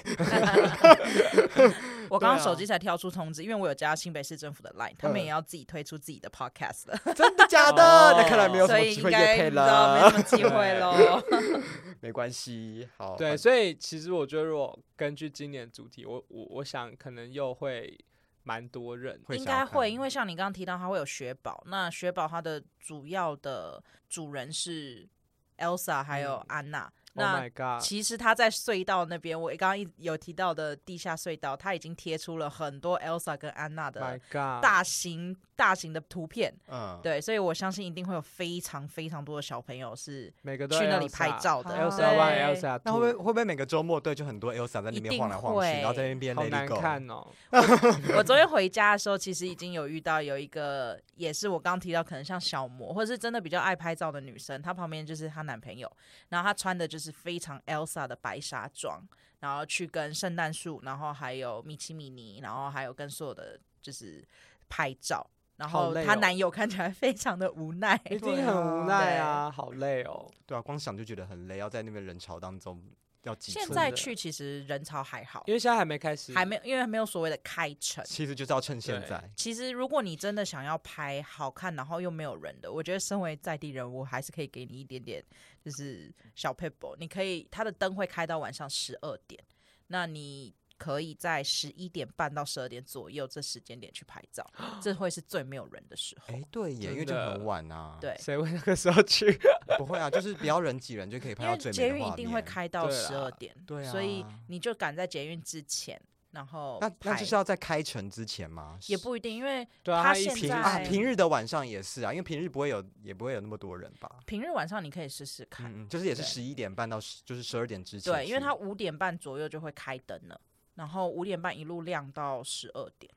S5: 我刚
S1: 对啊
S5: 刚手机才跳出通知，因为我有加新北市政府的 line，他们
S2: 嗯
S5: 也要自己推出自己的 podcast 了，
S1: 真的假的？
S2: 哦
S1: 那看来没有什
S5: 所
S1: 么
S5: 以
S1: 机
S5: 应
S1: 会
S5: 该
S1: 叶
S5: 你
S1: 培
S5: 知道没
S1: 了，
S5: 什么机 会喽。
S1: 没关系。好，
S2: 对，
S1: 反
S2: 所以其实我觉得，如果根据今年主题，我我我想可能又会蛮多人。
S1: 会
S5: 应
S1: 想要
S5: 该会，
S1: 看
S5: 因为像你刚刚提到，它会有雪宝，那雪宝它的主要的主人是 Elsa 还有
S2: 嗯
S5: 安娜。
S2: Oh
S5: 那
S2: my god！
S5: 其实他在隧道那边，我刚刚一有提到的地下隧道，他已经贴出了很多 Elsa 跟安娜
S2: My
S5: 的
S2: God！
S5: 大型大型的图片。
S1: 嗯，
S5: 对，所以我相信一定会有非常非常多的小朋友是
S2: 每个都
S5: 去那里拍
S2: Elsa
S5: 照的。
S2: Elsa One、
S5: 对
S2: Elsa
S1: 那会不会
S2: Two，
S1: 会不会每个周末对就很多 Elsa 在那
S5: 一
S1: 边
S5: 定
S1: 晃来晃去，
S5: 会
S1: 然后在那边
S2: 好
S1: Let it
S2: 难
S1: go？
S2: 看哦。
S5: 我昨天回家的时候，其实已经有遇到有一个，也是我刚提到，可能像小魔，或者是真的比较爱拍照的女生，她旁边就是她男朋友，然后她穿的就是非常 Elsa 的白纱装，然后去跟圣诞树，然后还有米奇米妮，然后还有跟所有的就是拍照，然
S2: 好
S5: 后
S2: 累哦
S5: 她男友看起来非常的无奈，
S2: 一定很无奈
S5: 哎对
S2: 啊，好累哦。
S1: 对啊，光想就觉得很累，要在那边人潮当中要挤出。
S5: 现在去其实人潮还好
S2: 因，为现在还没开始，
S5: 还没有，因为还没有所谓的开城。
S1: 其实就是要趁现
S2: 对
S1: 在。
S5: 其实，如果你真的想要拍好看，然后又没有人的，我觉得身为在地人，我还是可以给你一点点，就是小 paper。你可以，它的灯会开到晚上十二点，那你可以在十一点半到十二点左右这时间点去拍 照，这会是最没有人的时候。
S1: 哎，对耶，因为就
S2: 真的
S1: 很晚啊。
S5: 对，
S2: 谁会那个时候去？
S1: 不会啊，就是不要人挤人就可以拍
S5: 因
S1: 到
S5: 为
S1: 最美
S5: 捷
S1: 的
S5: 运一
S1: 画
S5: 定会
S1: 面。
S5: 开到
S2: 对
S5: 十
S2: 啦
S5: 二点，
S1: 对啊
S5: 所以你就赶在捷运之前，然后
S1: 那那
S5: 排
S1: 就是要在开城之前吗？
S5: 也不一定，因为
S2: 对啊
S5: 他
S2: 他一
S5: 现
S2: 平
S1: 平
S5: 在、
S1: 啊，平日的晚上也是啊，因为平日不会有，也不会有那么多人吧。嗯
S5: 平日晚上你可以试试看，
S1: 嗯嗯，就是也是
S5: 对
S1: 十一点半到10就是十二点之前去。
S5: 对，因为它五点半左右就会开灯了，然后五点半一路亮到十二 点。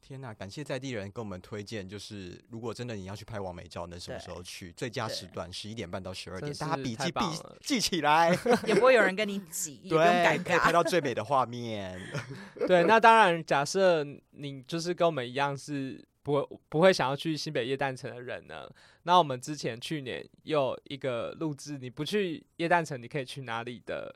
S1: 天呐，感谢在地人跟我们推荐，就是如果真的你要去拍完美照，能什么时候去？最佳时段十一点半到十二点，
S2: 真
S1: 大家
S2: 是
S1: 笔
S2: 太
S1: 记笔
S2: 棒了
S1: 记起 来，
S5: 也不会有人跟你挤，也不用
S1: 对，
S5: 尴
S1: 可以拍
S5: 尬。
S1: 到最美的画 面。
S2: 对，那当然，假设你就是跟我们一样是不会不会想要去新北夜诞城的人呢，那我们之前去年又有一个录制，你不去夜诞城，你可以去哪里的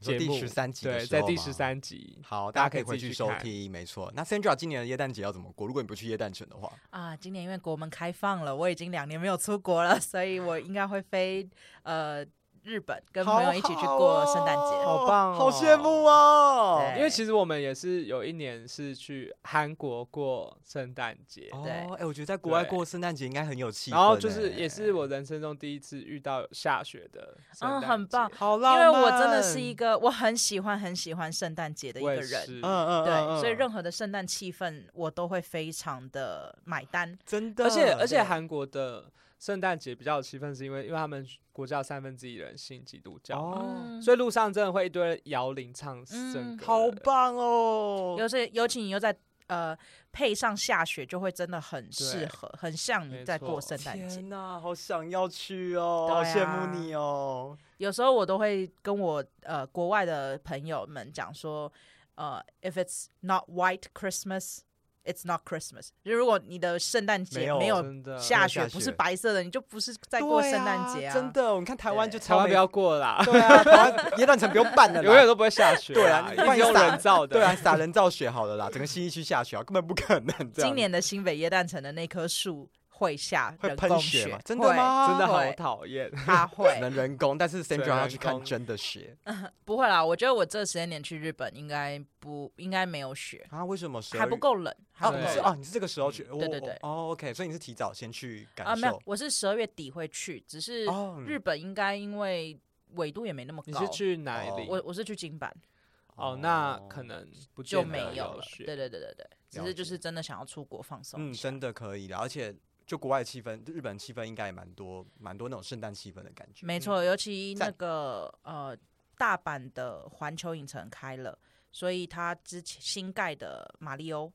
S1: 你说
S2: 节
S1: 第
S2: 目？
S1: 13集的
S2: 对，
S1: 时
S2: 在
S1: 候
S2: 第
S1: 吗
S2: 十三集。
S1: 好，
S2: 大
S1: 大家
S2: 家可
S1: 可
S2: 以
S1: 以回
S2: 自己
S1: 去
S2: 去
S1: 收
S2: 看
S1: 听，没错。那 Sandra 今年的耶诞节要怎么过？如果你不去耶诞城的话，
S5: 啊，今年因为国门开放了，我已经两年没有出国了，所以我应该会飞呃日本，跟朋友一起去过圣诞节。
S2: 好棒
S1: 好羡
S2: 哦
S1: 慕哦！
S5: 对
S2: 因为其实我们也是有一年是去韩国过圣诞节，
S1: 哦，
S5: 对
S1: 哎、我觉得在国外
S2: 对
S1: 过圣诞节应该很有气氛、
S2: 然后就是
S1: 哎
S2: 也是我人生中第一次遇到下雪的圣
S5: 嗯
S2: 诞
S5: 很棒
S2: 节
S1: 好
S5: 因
S1: 浪
S5: 为
S1: 漫，
S5: 我真的是一个我很喜欢很喜欢圣诞节的一
S2: 我
S5: 个
S2: 也
S5: 人，
S2: 是
S1: 嗯，嗯嗯
S5: 对，所以
S1: 嗯
S5: 任何的圣诞气氛我都会非常的买单。
S1: 真的，
S2: 而
S5: 嗯
S2: 且而且
S1: 对
S2: 韩国的圣诞节比较有气氛，是因为因为他们国家有三分之一人信基督教嘛，
S1: 哦，
S2: 所以路上真的会一堆摇铃唱圣
S5: 嗯
S2: 歌，
S1: 好棒哦！
S5: 尤其尤其你又在呃配上下雪，就会真的很适
S2: 对
S5: 合，很像
S2: 没
S5: 你在过
S2: 错
S5: 圣诞节
S1: 天。呐，好想要去哦，
S5: 对
S1: 好
S5: 啊
S1: 羡慕你哦。
S5: 有时候我都会跟我呃国外的朋友们讲说，呃，if it's not white Christmas。It's not Christmas。就如果你的圣诞
S1: 没
S5: 节
S1: 有
S5: 没有
S2: 真的
S5: 下
S1: 没
S5: 雪
S1: 有，下
S5: 不是
S1: 雪
S5: 白色的，你就不是在
S1: 对
S5: 过圣诞节
S1: 啊，
S5: 啊！
S1: 真，的，我们看台湾就
S5: 对
S2: 台
S1: 超
S2: 湾
S1: 美
S2: 不要过啦，
S1: 对啊，台湾耶诞城不用办了啦，
S2: 永远都不会下雪
S1: 对
S2: 啦，
S1: 啊，
S2: 一
S1: 办
S2: 定用人造的，
S1: 对啊，撒人造雪好了啦，整个西一区下雪啊，根本不可能这样。
S5: 今年的新北耶诞城的那棵树会下
S1: 会
S5: 人
S1: 喷
S5: 工
S1: 雪吗？真的
S5: 会？
S1: 吗？
S2: 真的好
S5: 对
S2: 讨厌，
S5: 它
S1: 只
S5: 会
S1: 能人工，但是 Sandra
S2: 人
S1: 要去看
S2: 工
S1: 真的雪
S5: 不会啦？我觉得我这十二年去日本应该不应该没有雪，
S1: 啊？为什么12
S5: 还不够冷，哦还
S1: 啊？
S5: 不
S1: 你
S5: 够
S1: 是
S5: 冷。
S1: 啊？你是这个时候去？
S5: 嗯对对对
S1: 哦哦，OK，所以你是提早先去感
S5: 啊，没有
S1: 受，。
S5: 我是十二月底会去，只是
S1: 哦
S5: 日本应该因为纬度也没那么
S2: 你
S5: 高。
S2: 是去哪
S1: 哦
S2: 里？
S5: 我我是去金板
S2: 哦，那可能不
S5: 就
S2: 见
S5: 没
S2: 得
S5: 有了。
S2: 雪，
S5: 对对对对对，只
S1: 了解
S5: 是就是真的想要出国放
S1: 嗯，
S5: 松。
S1: 真的可以的，而且就国外的气氛，日本气氛应该也蛮多，蛮多那种圣诞气氛的感觉。
S5: 没错，尤其那
S1: 嗯赞
S5: 个呃大阪的环球影城开了，所以它之前新盖的马里欧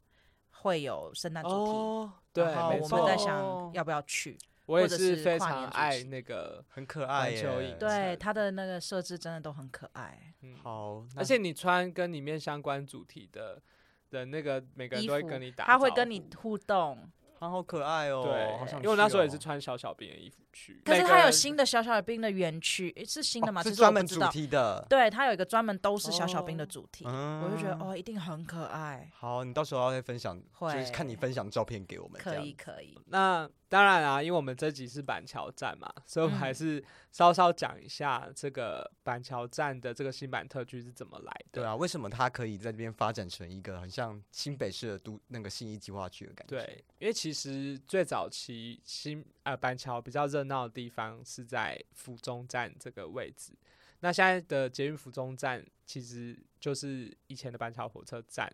S5: 会有圣诞主题。
S2: 哦，对，
S5: 然后
S2: 没
S5: 我
S2: 错
S5: 们，在想要不要去，
S2: 我也
S5: 或者是
S2: 是非
S5: 跨
S2: 常
S5: 年主
S2: 爱
S5: 题
S2: 那个，
S1: 很可爱耶，
S2: 环球影
S5: 对
S2: 嗯
S5: 它的那个设置真的都很可爱，
S2: 嗯
S1: 好，那
S2: 而且你穿跟里面相关主题的的那个，每个人
S5: 衣
S2: 都会
S5: 服
S2: 跟你打，
S5: 它会跟你。互动，
S1: 啊好可爱哦，好
S2: 对，
S1: 想
S2: 因为我那
S1: 去
S2: 时候也
S1: 哦
S2: 是穿小小兵的衣服去，
S5: 可是
S2: 每个
S5: 它有
S2: 人
S5: 新的小小兵的园区，诶是新的吗？
S1: 哦
S5: 其
S1: 是
S5: 实我
S1: 专
S5: 不
S1: 门
S5: 知
S1: 主
S5: 道。
S1: 题的，
S5: 对，它有一个专门都是小小
S2: 哦
S5: 兵的主题，
S1: 嗯
S5: 我就觉得。哦，一定很可爱。
S1: 好，你到时候要再分享，就是看你
S5: 会
S1: 分享照片给我们，这
S5: 可
S1: 样
S5: 以可以，
S2: 那当然啊，因为我们这集是板桥站嘛，所以我们还
S5: 嗯
S2: 是稍稍讲一下这个板桥站的这个新版特区是怎么来的。
S1: 对啊，为什么它可以在这边发展成一个很像新北市的都那个新一计划区的感觉？
S2: 对，因为其实最早期新呃板桥比较热闹的地方是在府中站这个位置，那现在的捷运府中站其实就是以前的板桥火车站。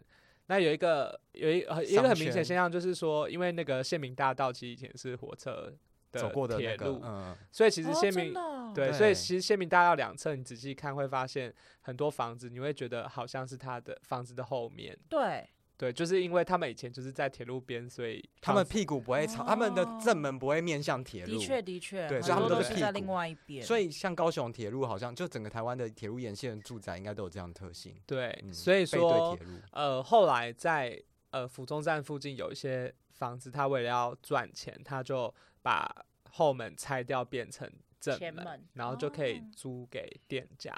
S2: 那有一个有一呃一个
S1: 商
S2: 很明显
S1: 圈
S2: 现象，就是说，因为那个县民大道其实以前是火车的
S1: 走过的
S2: 铁
S1: 那个
S2: 路，，
S1: 嗯，
S2: 所以其实
S5: 哦，
S2: 县
S5: 真
S2: 民、
S5: 的哦
S2: 对，所以
S1: 对
S2: 其实县民大道两侧你仔细看会发现很多房子，你会觉得好像是它的房子的后面，
S5: 对，
S2: 对，就是因为他们以前就是在铁路边，所以
S1: 他们
S2: 房子
S1: 屁股不会朝，他们的
S5: 哦
S1: 正门不会面向铁路，
S5: 的确的确，
S1: 对
S5: 很
S2: 所以他们
S5: 多
S2: 都
S5: 都
S2: 是
S5: 是
S1: 屁
S5: 在
S1: 股
S5: 另外一边，
S1: 所以像高雄铁路好像就整个台湾的铁路沿线的住宅应该都有这样的特性，
S2: 对，
S1: 嗯
S2: 所以
S1: 背
S2: 说
S1: 对铁路，
S2: 呃，后来在呃府中站附近有一些房子，他为了要赚钱，他就把后门拆掉变成正
S5: 前
S2: 门，
S5: 门
S2: 然后就可以
S5: 哦
S2: 租给店家。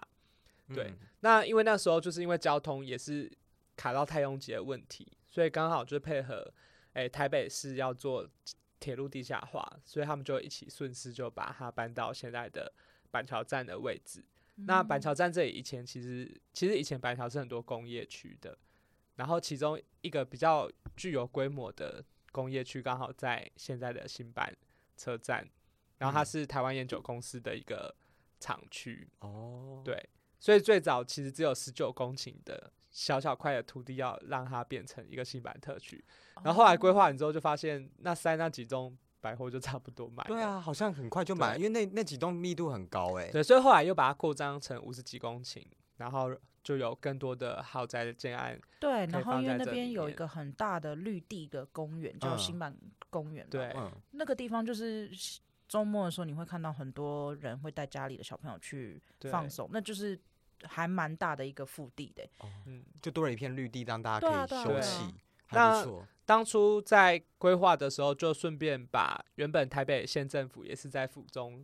S2: 对
S1: 嗯
S2: 那因为那时候就是因为交通也是卡到太拥挤的问题，所以刚好就配合诶、台北市要做铁路地下化，所以他们就一起顺势就把它搬到现在的板桥站的位置。
S1: 嗯
S2: 那
S5: 嗯
S2: 板桥站这里以前其实其实以前板桥是很多工业区的，然后其中一个比较具有规模的工业区刚好在现在的新板车站，然后它
S1: 嗯
S2: 是台湾烟酒公司的一个厂区。
S1: 哦，
S2: 对，所以最早其实只有十九公顷的小小块的土地要让它变成一个新版特区。然后后
S1: 哦
S5: 哦
S2: 来规划完之后，就发现那三那几栋百货就差不多买了。
S1: 对啊，好像很快就买了，因为那那几栋密度很高哎、
S2: 对，所以后来又把它扩张成五十几公顷，然后就有更多的豪宅的建案。
S5: 对，
S2: 以
S5: 然后
S2: 放
S5: 因为
S2: 在
S5: 那
S2: 这
S5: 边
S2: 里
S5: 有一
S2: 面
S5: 个很大的绿地的公园，叫
S1: 嗯
S5: 新版公园嘛。
S2: 对，
S1: 嗯，
S5: 那个地方就是周末的时候，你会看到很多人会带家里的小朋友去
S2: 对
S5: 放松，那就是还蛮大的一个腹地的欸、
S2: 嗯，
S1: 哦就多了一片绿地让大家
S5: 对啊
S1: 可以
S5: 对
S1: 休憩，
S2: 啊对啊
S1: 还
S2: 那
S1: 不错。
S2: 当初在规划的时候，就顺便把原本台北县政府也是在府中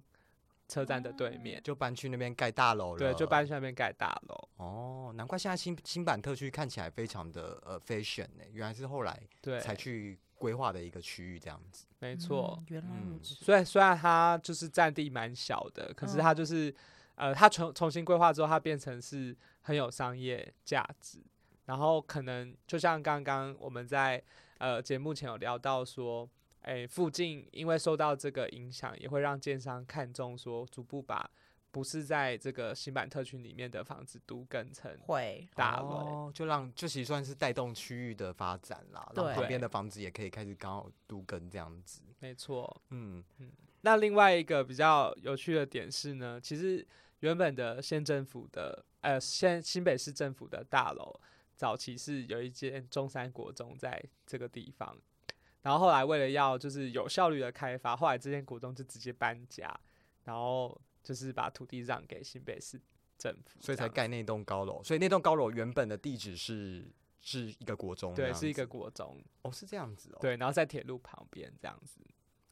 S2: 车站的对面，
S1: 就搬去那边盖大楼了，
S2: 对，就搬去那边盖大楼。
S1: 哦，难怪现在新新版特区看起来非常的呃 fashion 呢、原来是后来
S2: 对，
S1: 才去规划的一个区域这样子。
S2: 没错。
S5: 嗯原来如
S1: 嗯
S5: 此。
S2: 所以虽然它就是占地蛮小的，可是
S5: 嗯
S2: 它就是、呃，它重重新规划之后，它变成是很有商业价值。然后可能就像刚刚我们在呃节目前有聊到说，哎，附近因为受到这个影响，也会让建商看中说，逐步把不是在这个新版特区里面的房子都更成
S5: 会，
S2: 大楼。
S1: 哦、就让就其实算是带动区域的发展啦，让
S5: 对
S1: 旁边的房子也可以开始刚好都跟这样子。
S2: 没错，
S1: 嗯，
S2: 那另外一个比较有趣的点是呢，其实原本的县政府的呃县新北市政府的大楼，早期是有一间中山国中在这个地方，然后后来为了要就是有效率的开发，后来这间国中就直接搬家，然后就是把土地让给新北市政府，
S1: 所以才
S2: 这样
S1: 盖那栋高楼。所以那栋高楼原本的地址是是一个国中这
S2: 对
S1: 样子，
S2: 是一个国中，
S1: 哦，是这样子哦。，
S2: 对，然后在铁路旁边这样子。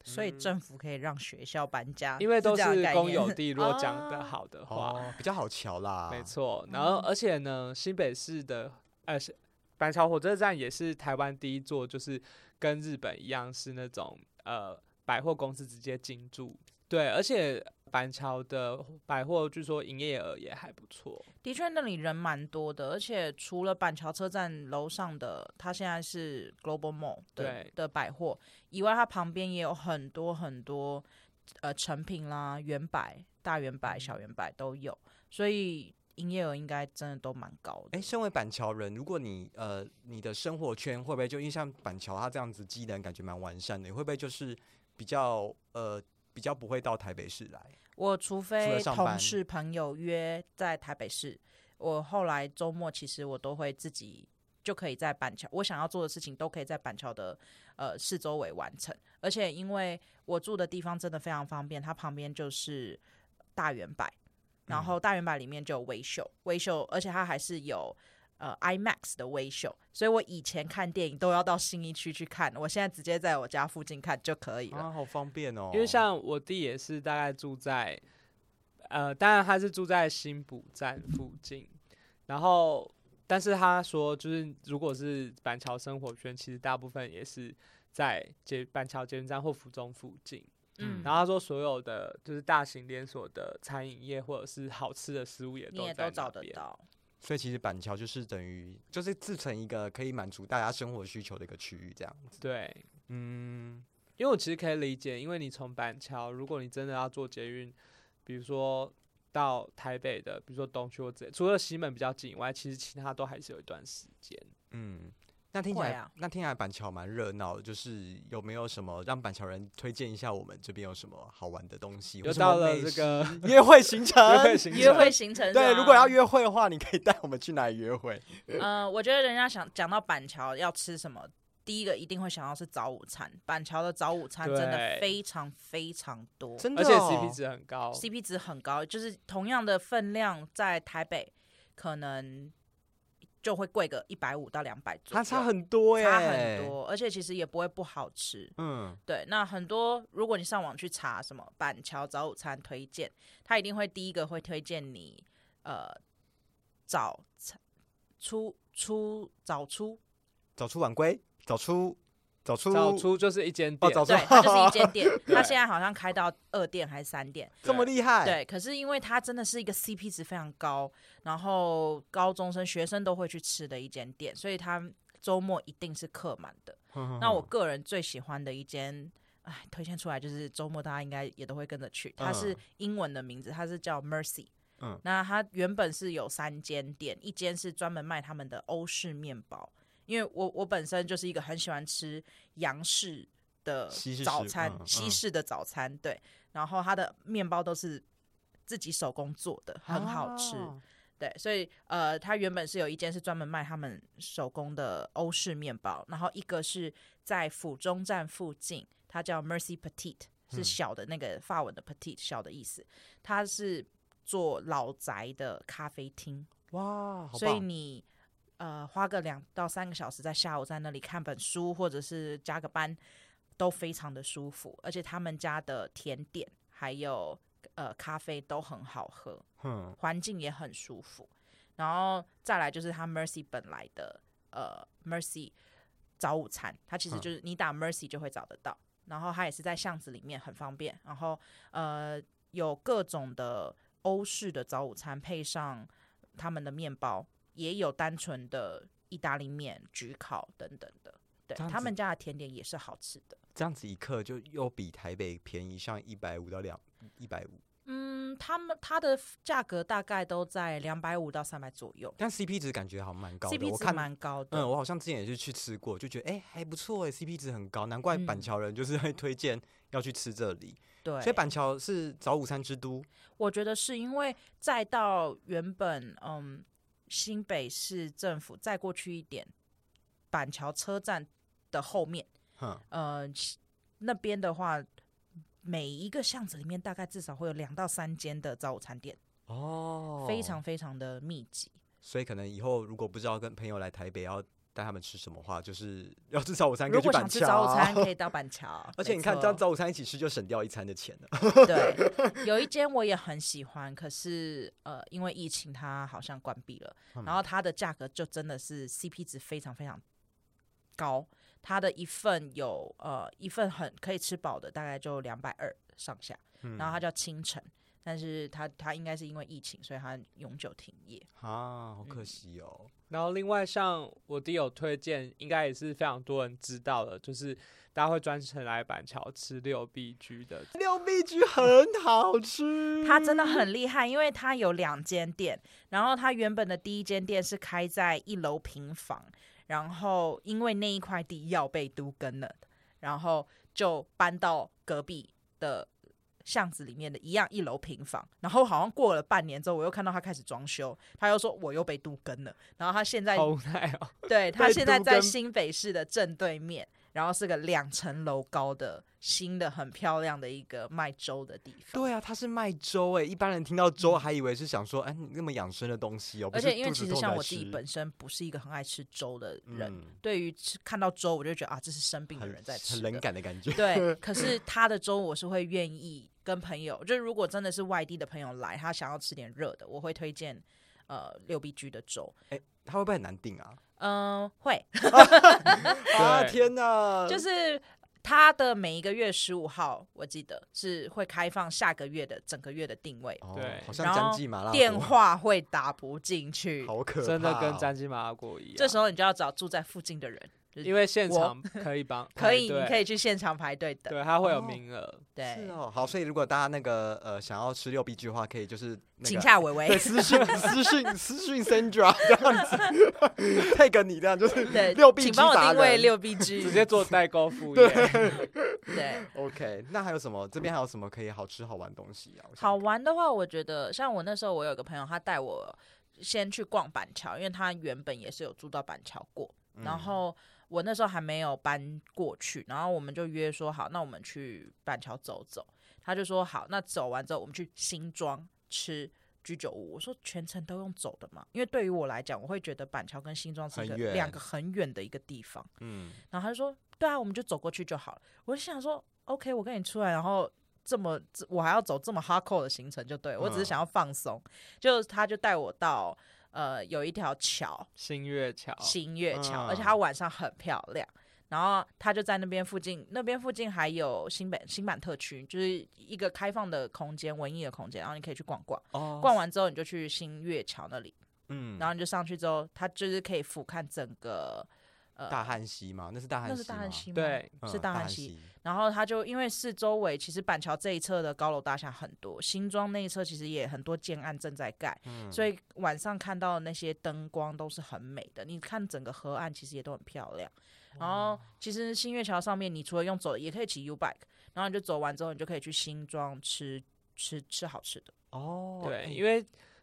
S5: 所以政府可以让学校搬家，
S2: 嗯因为都
S5: 啊这样的
S2: 是
S5: 概
S2: 公
S5: 念
S2: 有地，如果讲的好的话，
S1: 哦，比较好瞧啦。
S2: 没，错，然后而且呢，新北市的呃是板桥火车站也是台湾第一座，就是跟日本一样是那种呃百货公司直接进驻。对，而且板桥的百货据说营业额也还不错。
S5: 的确那里人蛮多的，而且除了板桥车站楼上的，它现在是 Global Mall 的
S2: 对
S5: 的百货以外，它旁边也有很多很多呃成品啦、原百、大原百、小原百都有，所以营业额应该真的都蛮高的。
S1: 哎，身为板桥人，如果你呃你的生活圈会不会就因为像板桥它这样子机能感觉蛮完善的，你会不会就是比较呃比较不会到台北市来？
S5: 我除
S1: 除了
S5: 非
S1: 上班
S5: 同事朋友约在台北市，我后来周末其实我都会自己就可以在板桥，我想要做的事情都可以在板桥的呃四周围完成。而且因为我住的地方真的非常方便，它旁边就是大圆柏，然
S1: 嗯
S5: 后大圆柏里面就有微秀，微秀，而且它还是有。呃，IMAX 的微秀，所以我以前看电影都要到信义区去看，我现在直接在我家附近看就可以了。
S1: 啊，好方便哦。
S2: 因为像我弟也是大概住在，呃，当然他是住在新浦站附近，然后但是他说就是如果是板桥生活圈，其实大部分也是在捷板桥捷运站或府中附近。
S5: 嗯
S2: 然后他说所有的就是大型连锁的餐饮业或者是好吃的食物也
S5: 你
S2: 都
S5: 也
S2: 在
S5: 都
S2: 那
S5: 找得
S2: 边。
S5: 到。
S1: 所以其实板桥就是等于就是自成一个可以满足大家生活需求的一个区域，这样子。
S2: 对，
S1: 嗯，
S2: 因为我其实可以理解，因为你从板桥，如果你真的要坐捷运，比如说到台北的，比如说东区或之类，除了西门比较近以外，其实其他都还是有一段时间。
S1: 嗯，那听起来、
S5: 会啊
S1: 那听起来板桥蛮热闹的，就是有没有什么让板桥人推荐一下我们这边有什么好玩的东西？
S2: 又
S1: 有什么
S2: 到了
S1: 美
S2: 这
S1: 食
S2: 个
S1: 约会行程，
S2: 约会行程
S5: 约会行程啊是
S1: 对，
S5: 吗
S1: 如果要约会的话，你可以带我们去哪里约 会？
S5: 呃，我觉得人家想讲到板桥要吃什么，第一个一定会想到是早午餐。板桥的早午餐真的
S2: 对
S5: 非常非常多
S1: 真的、
S2: 而
S1: 哦，
S2: 且 CP 值很高。
S5: ，CP 值很高，就是同样的分量在台北可能就会贵个一百五到两百左右，
S1: 它差很多欸耶，
S5: 差很。多，而且其实也不会不好吃。
S1: 嗯，
S5: 对，那很多如果你上网去查什么板桥早午餐推荐，它一定会第一个会推荐你呃早餐出出早出，
S1: 早出晚归，早出早出
S2: 早出就是一间
S1: 哦，
S2: 店，，
S1: 早出
S5: 对，它就是 一间店
S2: 对
S5: 它现在好像开到二店还是三店，
S1: 这么厉害，，
S5: 对，可是因为它真的是一个 CP 值非常高，然后高中生学生都会去吃的一间店，所以它周末一定是客满的。那我个人最喜欢的一间，哎，推荐出来就是周末大家应该也都会跟着去。它
S1: 嗯
S5: 是英文的名字，它是叫 Mercy，
S1: 嗯
S5: 那它原本是有三间店，一间是专门卖他们的欧式面包，因为我我本身就是一个很喜欢吃洋式的
S1: 西式
S5: 早
S1: 食
S5: 餐，
S1: 嗯
S5: 西
S1: 嗯
S5: 式的早餐，对，然后它的面包都是自己手工做的，很好吃。
S1: 哦
S5: 对，所以呃，它原本是有一间是专门卖他们手工的欧式面包，然后一个是在府中站附近，它叫 Mercy Petite，是
S1: 嗯
S5: 小的那个法文的 petite 小的意思，它是做老宅的咖啡厅，
S1: 哇，好
S5: 所以
S1: 棒
S5: 你呃花个两到三个小时在下午在那里看本书，或者是加个班，都非常的舒服，而且他们家的甜点还有呃咖啡都很好喝，
S1: 哼
S5: 环境也很舒服。然后再来就是它 Mercy 本来的呃 Mercy 早午餐，它其实
S1: 嗯
S5: 就是你打 Mercy 就会找得到。然后它也是在巷子里面，很方便。然后呃有各种的欧式的早午餐，配上他们的面包，也有单纯的意大利面、焗烤等等的。对
S1: 这样
S5: 他
S1: 子
S5: 们家的甜点也是好吃的。
S1: 这样子一克就又比台北便宜上一百五到两一百五，
S5: 嗯，他们它的价格大概都在两百五到三百左右
S1: 但 CP 值感觉好像蛮高的。
S5: ，CP
S1: 我
S5: 值
S1: 看
S5: 蛮高的。
S1: 嗯，我好像之前也是去吃过，就觉得哎、还不错哎，CP 值很高，难怪板
S5: 嗯
S1: 桥人就是会推荐要去吃这里。
S5: 对，
S1: 所以板桥是早午餐之都，
S5: 我觉得是因为再到原本嗯新北市政府再过去一点，板桥车站的后面，
S1: 哼，
S5: 呃西那边的话，每一个巷子里面大概至少会有两到三间的早午餐店，
S1: 哦，
S5: 非常。非常的密集。
S1: 所以可能以后如果不知道跟朋友来台北要带他们吃什么的话，就是 要吃早午餐可
S5: 如
S1: 以去
S5: 果
S1: 板
S5: 想吃早
S1: 桥
S5: 午
S1: 啊、
S5: 餐，可以到板桥
S1: 。而且
S5: 没
S1: 你看，
S5: 错
S1: 这样早午餐一起吃就省掉一餐的 钱了。啊
S5: 对，有一间我也很喜欢，可是呃，因为疫情它好像关闭了，然后它的价格就真的是 CP 值非常非常高，它的一份有呃一份很可以吃饱的，大概就两百二上下，然后它叫清晨。但是它它应该是因为疫情，所以它永久停业。
S1: 啊，
S5: 嗯
S1: 好可惜哦。
S2: 然后另外像我弟有推荐，应该也是非常多人知道的，就是大家会专程来板桥吃六必居的。
S1: 六必居很好吃，
S5: 它真的很厉害，因为它有两间店，然后它原本的第一间店是开在一楼平房，然后因为那一块地要被都跟了，然后就搬到隔壁的巷子里面的一样一楼平房，然后好像过了半年之后，我又看到他开始装修，他又说我又被都跟了，然后他现在
S2: 好 无奈哦，
S5: 对他
S1: 被
S5: 现在
S1: 都
S5: 在
S1: 跟
S5: 新北市的正对面。然后是个两层楼高的新的很漂亮的一个卖粥的地方。
S1: 对啊，它是卖粥哎，一般人听到粥还以为是想说，哎，你那么养生的东西哦。不
S5: 嗯而
S1: 是
S5: 且因为
S1: 肚子
S5: 其实
S1: 痛
S5: 像
S1: 才
S5: 我自己
S1: 吃
S5: 本身不是一个很爱吃粥的人，
S1: 嗯
S5: 对于吃看到粥我就觉得啊，这是生病的
S1: 很
S5: 人在吃
S1: 很
S5: 的
S1: 冷。感的感 觉。
S5: 对，可是他的粥我是会愿意跟朋友，就是如果真的是外地的朋友来，他想要吃点热的，我会推荐呃六必居的粥。
S1: 它会不会很难定 啊？
S5: 嗯、会，
S1: 啊
S2: 对
S1: 天哪！
S5: 哦就是他的每一个月十五号，我记得是会开放下个月的整个月的定位，
S1: 哦
S2: 对
S1: 好
S5: 然
S1: 像
S5: 后
S1: 张记麻辣锅
S5: 电，话会打不进去，
S1: 好可怕哦，
S2: 真的跟詹记麻辣锅一样。
S5: 这时候你就要找住在附近的人，就是
S2: 因为现
S5: 我
S2: 场可 以帮，哎
S5: 可以，
S2: 对
S5: 你可以去现场排队等。
S2: 对，它会有
S1: 哦
S2: 名额。
S5: 对，
S1: 是哦，好，所以如果大家那个呃想要吃六必居的话，可以就是那
S5: 请
S1: 个
S5: 下伟
S1: 对
S5: 伟。
S1: 私信私信私信 Sandra 这样 子，tag 你这样就是
S5: 对，
S1: 六必居
S5: 请帮我
S1: 达
S5: 定位
S1: 人
S5: 六 B G，
S2: 直接做代购副业，
S5: 对。
S1: OK。那还有什么？这边还有什么可以好吃好玩的东西啊？我想
S5: 好，玩的话，我觉得像我那时候，我有个朋友，他带我先去逛板桥，因为他原本也是有住到板桥过，
S1: 嗯
S5: 然后我那时候还没有搬过去，然后我们就约说好，那我们去板桥走走。他就说好，那走完之后我们去新庄吃居酒屋。我说全程都用走的嘛，因为对于我来讲，我会觉得板桥跟新庄是一个
S1: 很远
S5: 两个很远的一个地方。
S1: 嗯，
S5: 然后他就说：“对啊，我们就走过去就好了。”我就想说：“OK，我跟你出来，然后这么这我还要走这么 hardcore 的行程，就对了我只是
S1: 嗯
S5: 想要放松。就他就带我到呃有一条桥，
S2: 新月桥。
S5: 新月桥，而且
S1: 哦嗯
S5: 它晚上很漂亮。然后他就在那边附近，那边附近还有新北新版特区，就是一个开放的空间，文艺的空间，然后你可以去逛逛。
S1: 哦
S5: 逛完之后，你就去新月桥那里，
S1: 嗯
S5: 然后你就上去之后，它就是可以俯瞰整个呃
S1: 大汉溪嘛，那是大汉
S5: 那
S1: 溪
S5: 是
S1: 吗，
S5: 大汉溪吗？
S2: 对，
S1: 嗯，
S5: 是大
S1: 大
S5: 汉溪。然后他就因为是周围，其实板桥这一侧的高楼大厦很多，新庄那一侧其实也很多建案正在盖，
S1: 嗯
S5: 所以晚上看到的那些灯光都是很美的。你看整个河岸其实也都很漂亮。然后其实新月桥上面，你除了用走的，也可以骑 U bike，然后你就走完之后，你就可以去新庄吃吃吃好吃的。
S1: 哦，哎
S2: 对，因为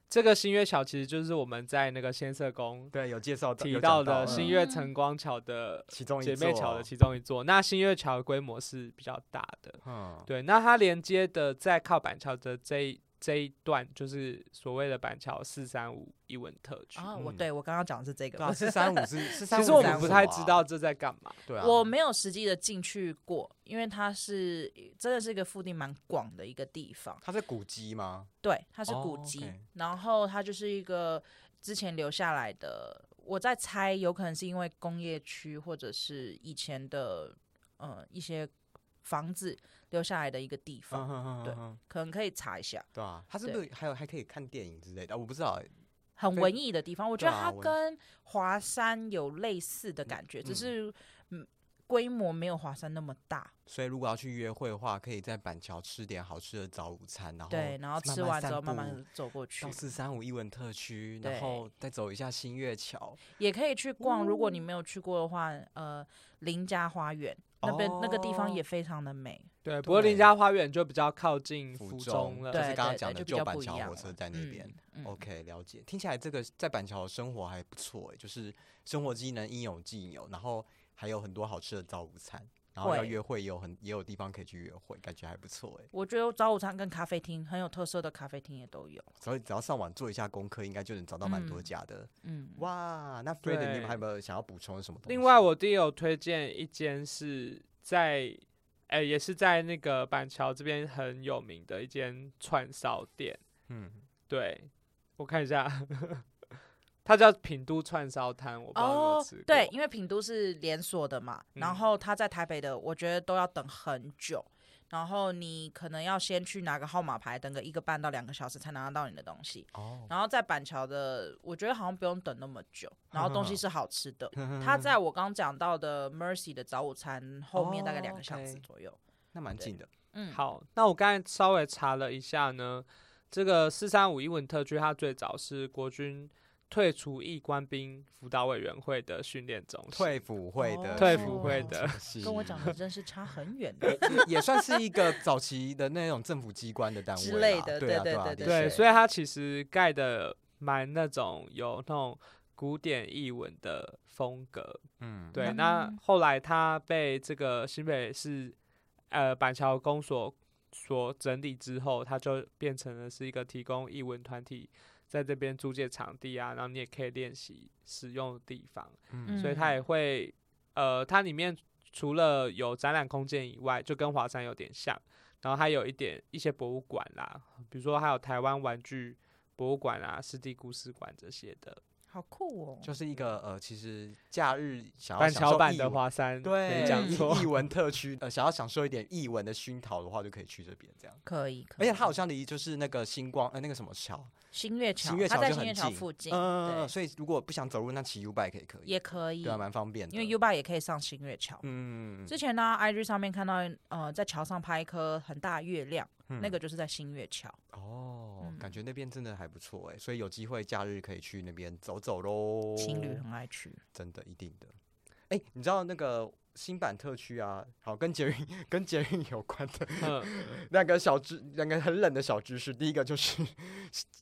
S2: 这个新月桥其实就是我们在那个先社宫
S1: 对有介绍到
S2: 提
S1: 有
S2: 到
S1: 讲
S2: 的
S1: 嗯
S2: 新月晨光桥的
S1: 其中一
S2: 姐妹桥
S1: 座
S2: 的其中一座。那新月桥的规模是比较大的，
S1: 嗯，
S2: 对，那它连接的在靠板桥的这一这一段，就是所谓的板桥四三五一文特区。
S5: 啊，
S1: 嗯
S5: 我对我刚刚讲的是这个
S1: 对，啊， 四三五是 四三五，啊
S2: 其实我们不太知道，这在干嘛。
S1: 对啊，
S5: 我没有实际的进去过，因为它是真的是一个腹地蛮广的一个地方。
S1: 它是古迹吗？
S5: 对，它是
S1: 哦
S5: 古迹，
S1: ，OK
S5: 然后它就是一个之前留下来的。我在猜，有可能是因为工业区或者是以前的呃一些房子留下来的一个地
S1: 嗯
S5: 方，
S1: 哼哼
S5: 对
S1: 哼哼
S5: 可能可以查一下，
S1: 对啊，它是不是还有还可以看电影之类的？啊我不知道欸，
S5: 很
S1: 非
S5: 文艺的地方。我觉得
S1: 对啊
S5: 它
S1: 文
S5: 跟华山有类似的感觉，只
S1: 嗯
S5: 是嗯规模没有华山那么大。
S1: 所以如果要去约会的话，可以在板桥吃点好吃的早午餐，然后
S5: 对，然后吃完之后
S1: 散
S5: 慢
S1: 步
S5: 慢走过去
S1: 到，四三五艺文特区，然
S5: 对
S1: 后再走一下新月桥，
S5: 也可以去逛。如
S2: 哦
S5: 果你没有去过的话，呃，林家花园那边、那个地方
S1: 哦
S5: 也非常的美。
S2: 对，不过林
S1: 对
S2: 家花园就比较靠近
S1: 福
S2: 福
S1: 中
S2: 中了。
S1: 就
S5: 对
S1: 是刚刚
S5: 对
S1: 讲
S5: 对
S1: 的
S5: 就比较
S1: 旧板
S5: 不一
S1: 桥
S5: 样
S1: 火
S5: 了
S1: 车站那
S5: 嗯
S1: 边。
S5: 嗯
S1: OK，了解。听起来这个在板桥的生活还不错、欸，就是生活机能应有尽有，然后还有很多好吃的早午餐，然后要
S5: 会
S1: 约会也有很也有地方可以去约会，感觉还不错哎、
S5: 我觉得早午餐跟咖啡厅很有特色的咖啡厅也都有。
S1: 所以只要上网做一下功课，应该就能找到蛮多
S5: 嗯
S1: 家的。
S5: 嗯，
S1: 哇，那 Fred，你
S2: 对
S1: 们还有没有想要补充什么东西？
S2: 另外，我弟有推荐一间是在，哎、也是在那个板桥这边很有名的一间串烧店。
S1: 嗯，
S2: 对，我看一下， 它叫品都串烧摊，我不知道你有没有
S5: 哦
S2: 吃过。，
S5: 对，因为品都是连锁的嘛，
S2: 嗯
S5: 然后他在台北的，我觉得都要等很久。然后你可能要先去拿个号码牌，等个一个半到两个小时才拿得到你的东西。
S1: 哦，
S5: 然后在板桥的，我觉得好像不用等那么久，然后 东西是好吃的。它
S1: 他
S5: 在我刚讲到的 Mercy 的早午餐后面大概
S1: 哦
S5: 两个小
S1: OK
S5: 时左右。
S1: 那蛮近的，
S5: 嗯，，
S2: 好，那我刚才稍微查了一下呢，这个四三五一文特区，它最早是国军退除役官兵辅导委员会的训练中心。
S1: 退辅会的，
S5: 哦退
S1: 辅
S5: 辅
S1: 会
S5: 会
S2: 的
S1: 的
S5: 跟我讲的真是差很远的。
S1: 也算是一个早期的那种政府机关的单位
S5: 之
S1: 啦
S5: 类的
S1: 对啊
S5: 对
S1: 啊
S5: 对
S1: 的
S2: 对，
S1: 确
S2: 所以它其实盖的蛮那种有那种古典译文的风格。
S1: 嗯，
S2: 对，
S5: 嗯
S2: 那后来它被这个新北市呃板桥公所所整理之后，它就变成了是一个提供译文团体在这边租借场地啊，然后你也可以练习使用的地方。
S1: 嗯
S2: 所以它也会，呃，它里面除了有展览空间以外，就跟华山有点像，然后还有一点一些博物馆啦，比如说还有台湾玩具博物馆啊、湿地故事馆这些的。
S5: 好酷哦！
S1: 就是一个呃，其实假日想要
S2: 板
S1: 享
S2: 桥
S1: 受
S2: 版
S1: 艺
S2: 的
S1: 文，
S2: 华山，
S1: 对，
S2: 没讲
S1: 艺
S2: 错。
S1: 艺文特区，呃，想要享受一点艺文的熏陶的话，就可以去这边这样。
S5: 可以，可
S1: 而
S5: 以
S1: 且它好像离就是那个星光呃那个什么桥，
S5: 新月桥
S1: 新月，
S5: 它
S1: 桥
S5: 在
S1: 就
S5: 新
S1: 很
S5: 月桥
S1: 近，
S5: 附近，
S1: 嗯，
S5: 对，
S1: 所以如果不想走路，那骑 U bike 也可以，
S5: 也可以
S1: 对，啊，蛮方便的。
S5: 因为 U 吧也可以上新月桥。
S1: 嗯，
S5: 之前呢，IG 上面看到，呃，在桥上拍一颗很大的月亮，
S1: 嗯
S5: 那个就是在新月桥。
S1: 哦，感
S5: 嗯
S1: 觉那边真的还不错哎，所以有机会假日可以去那边走走喽。
S5: 情侣很爱 去，
S1: 真的一定的。哎、你知道那个新版特区啊？好，跟捷运跟捷运有关的
S2: 嗯，
S1: 两个小知，两个很冷的小知识。第一个就是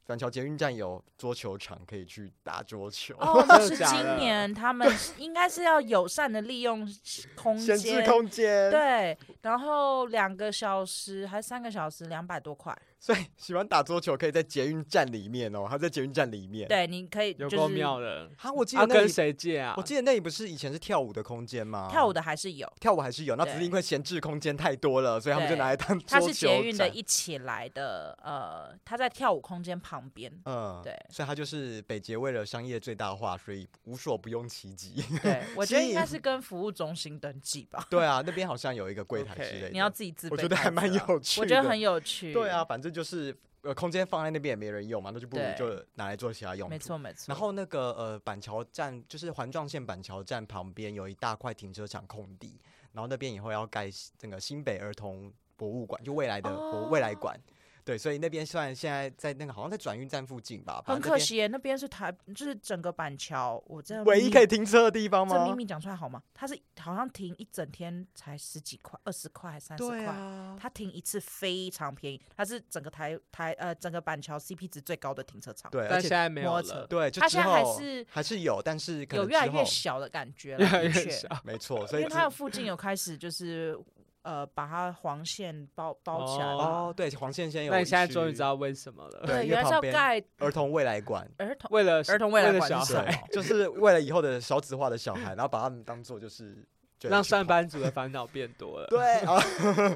S1: 板桥捷运站有桌球场可以去打桌球，
S5: 哦，
S2: 真的
S5: 是
S2: 假的
S5: 今年他们应该是要友善的利用空
S1: 闲
S5: 间，
S1: 置空间。，
S5: 对，然后两个小时还三个小时，两百多块。
S1: 所以喜欢打桌球可以在捷运站里面哦，它在捷运站里面。，
S5: 对，你可以
S2: 有
S5: 就
S2: 够
S5: 是
S2: 妙的。
S1: 啊，我记
S2: 要
S1: 得那
S2: 跟
S1: 里，
S2: 谁借啊
S1: 我？记得那里不是以前是跳舞的空间吗？
S5: 跳舞的还是有，
S1: 跳舞还是有，那只是
S5: 对
S1: 因为闲置空间太多了，所以他们就
S5: 对
S1: 拿来当
S5: 它
S1: 桌球
S5: 是捷运的
S1: 展。
S5: 一起来的，呃，它在跳舞空间旁边
S1: 嗯，
S5: 对
S1: 所以它就是北捷为了商业最大化，所以无所不用其极。
S5: 对，我觉得
S1: 吸
S5: 应该
S1: 引
S5: 是跟服务中心登记吧，
S1: 对啊，那边好像有一个柜台之
S2: OK，
S1: 类的。
S5: 你要自己自备
S1: 我
S5: 牌子啊。
S1: 觉得还蛮有趣
S5: 我觉得
S1: 的
S5: 很有趣。
S1: 对啊，，反正就是呃空间放在那边也没人用嘛，那就不如
S5: 对
S1: 就拿来做其他用途。
S5: 没错没错。
S1: 然后那个呃板桥站，就是环状线板桥站旁边有一大块停车场空地，然后那边以后要盖新整个新北儿童博物馆，就未来的博、未来馆。
S5: 哦
S1: 对，所以那边虽然现在在那个好像在转运站附近吧，反
S5: 很
S1: 正
S5: 可
S1: 那边
S5: 惜耶，那边是台，就是整个板桥，我这
S1: 唯一可以
S5: 以
S1: 停车的地方
S5: 这秘
S1: 吗？
S5: 密讲出来好吗？它是好像停一整天才十几块、二十块、三十
S1: 对
S5: 块，
S1: 啊，
S5: 它停一次非常便宜，它是整个台台呃整个板桥 CP 值最高的停车场。，
S1: 对，而
S2: 但
S1: 且
S2: 现在没有
S5: 摩托车
S2: 了，
S1: 对，就
S5: 它
S1: 之
S5: 现在还
S1: 后
S5: 是
S1: 还是有，但是可能
S5: 有越来
S1: 之
S5: 越
S1: 后
S5: 小的感
S2: 越
S5: 觉了，
S2: 来越
S5: 的确
S2: 小。
S1: 没 错，所以
S5: 因为
S1: 之
S5: 它的附近有开始就是呃把它黄线包包起来了。
S1: 哦，对，黄线先有
S2: 那
S1: 一区。
S2: 你现在终于知道为什么了，
S1: 对
S5: 对，
S1: 因为
S5: 原来是
S1: 旁
S5: 要
S1: 边
S5: 盖
S1: 儿童未来馆，
S5: 儿童
S2: 为了
S5: 儿童未来
S2: 为了
S5: 馆
S2: 小
S5: 是什哦
S2: 孩，
S5: 么？
S1: 就是为了以后的少子化的小孩，然后把他们当做 就是就
S2: 让
S1: 去
S2: 上
S1: 跑
S2: 班族的烦恼变多了。
S1: 对啊，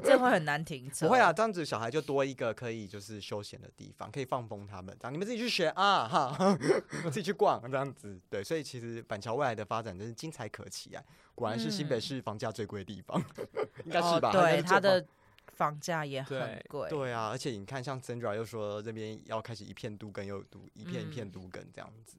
S5: 这会很难停车。
S1: 不会啊，，这样子小孩就多一个可以就是休闲的地方，可以放风他们。这样你们自己去学啊哈， 自己去逛这样子。对，所以其实板桥未来的发展真是精彩可期啊！果然是新北
S5: 嗯
S1: 市房价最贵的地方， 应该
S5: 哦，
S1: 是吧？它
S5: 对，
S1: 是
S5: 它
S1: 最
S5: 的房价也很
S2: 对
S5: 贵。
S1: 房对啊，而且你看，像 Sandra 又说这边要开始一片都跟又都一片一片
S5: 嗯
S1: 都跟这样子。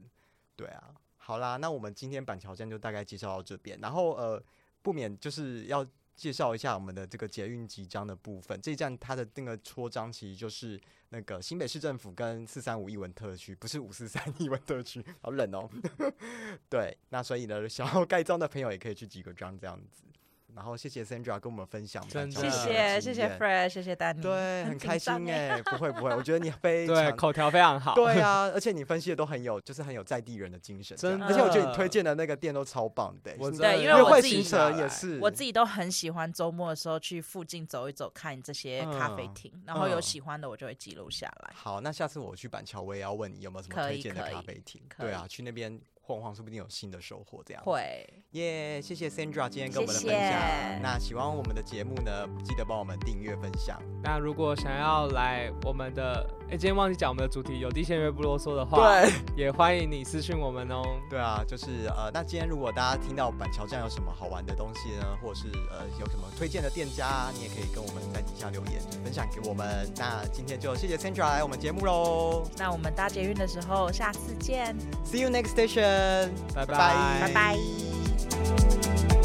S1: 对啊，好啦，那我们今天板桥站就大概介绍到这边，然后呃，不免就是要介绍一下我们的这个捷运集章的部分。这一站它的那个戳章其实就是那个新北市政府跟四三五艺文特区，不是五四三艺文特区， 好冷哦。对，那所以呢，想要盖章的朋友也可以去几个章这样子。然后谢谢 Sandra 跟我们分享板
S2: 真
S1: 桥站
S5: 谢
S2: 的
S1: 的经
S5: 谢
S1: 验，
S5: 谢谢 Fred，谢谢丹尼，
S1: 对，很
S5: 嗯紧
S1: 开
S5: 张
S1: 心
S5: 欸。
S1: 哎、不会不会，我 觉得你非
S2: 对，
S1: 常
S2: 口条非常好。
S1: 对啊，而且你分析的都很有，就是很有在地人的精神这样，
S2: 真
S1: 而且我觉得你
S2: 的
S1: 推荐的那个店都超棒的、欸
S2: 我
S1: 是
S2: 真的
S5: 对因为
S1: 约
S5: 我
S1: 会
S5: 自
S1: 行
S5: 己
S1: 程也是，
S5: 我自己都很喜欢周末的时候去附近走一走，看这些
S1: 嗯
S5: 咖啡厅，然后有喜欢的我就会记录下来。
S1: 好，那下次我去板桥，我也要问你有没有什么
S5: 可
S1: 推
S5: 以
S1: 荐的
S5: 可
S1: 咖
S5: 以
S1: 啡厅？
S5: 可
S1: 对
S5: 以
S1: 啊，去那边晃晃，说不定有新的收获。这样子
S5: 会，
S1: 耶谢谢 Sandra 今天跟我们的
S5: 谢
S1: 分享。
S5: 谢
S1: 那喜欢我们的节目呢，记得帮我们订阅、分享。
S2: 那如果想要来我们的，哎，今天忘记讲我们的主题，有地限约不啰嗦的话，，也欢迎你私讯我们哦。
S1: 对啊，就是呃，那今天如果大家听到板桥站有什么好玩的东西呢，或者是呃有什么推荐的店家啊，你也可以跟我们在底下留言分享给我们。那今天就谢谢 Sandra 来我们节目喽
S5: 那我们搭捷运的时候，下次见，
S1: ，See you next station，
S2: 拜
S1: 拜
S5: 拜拜。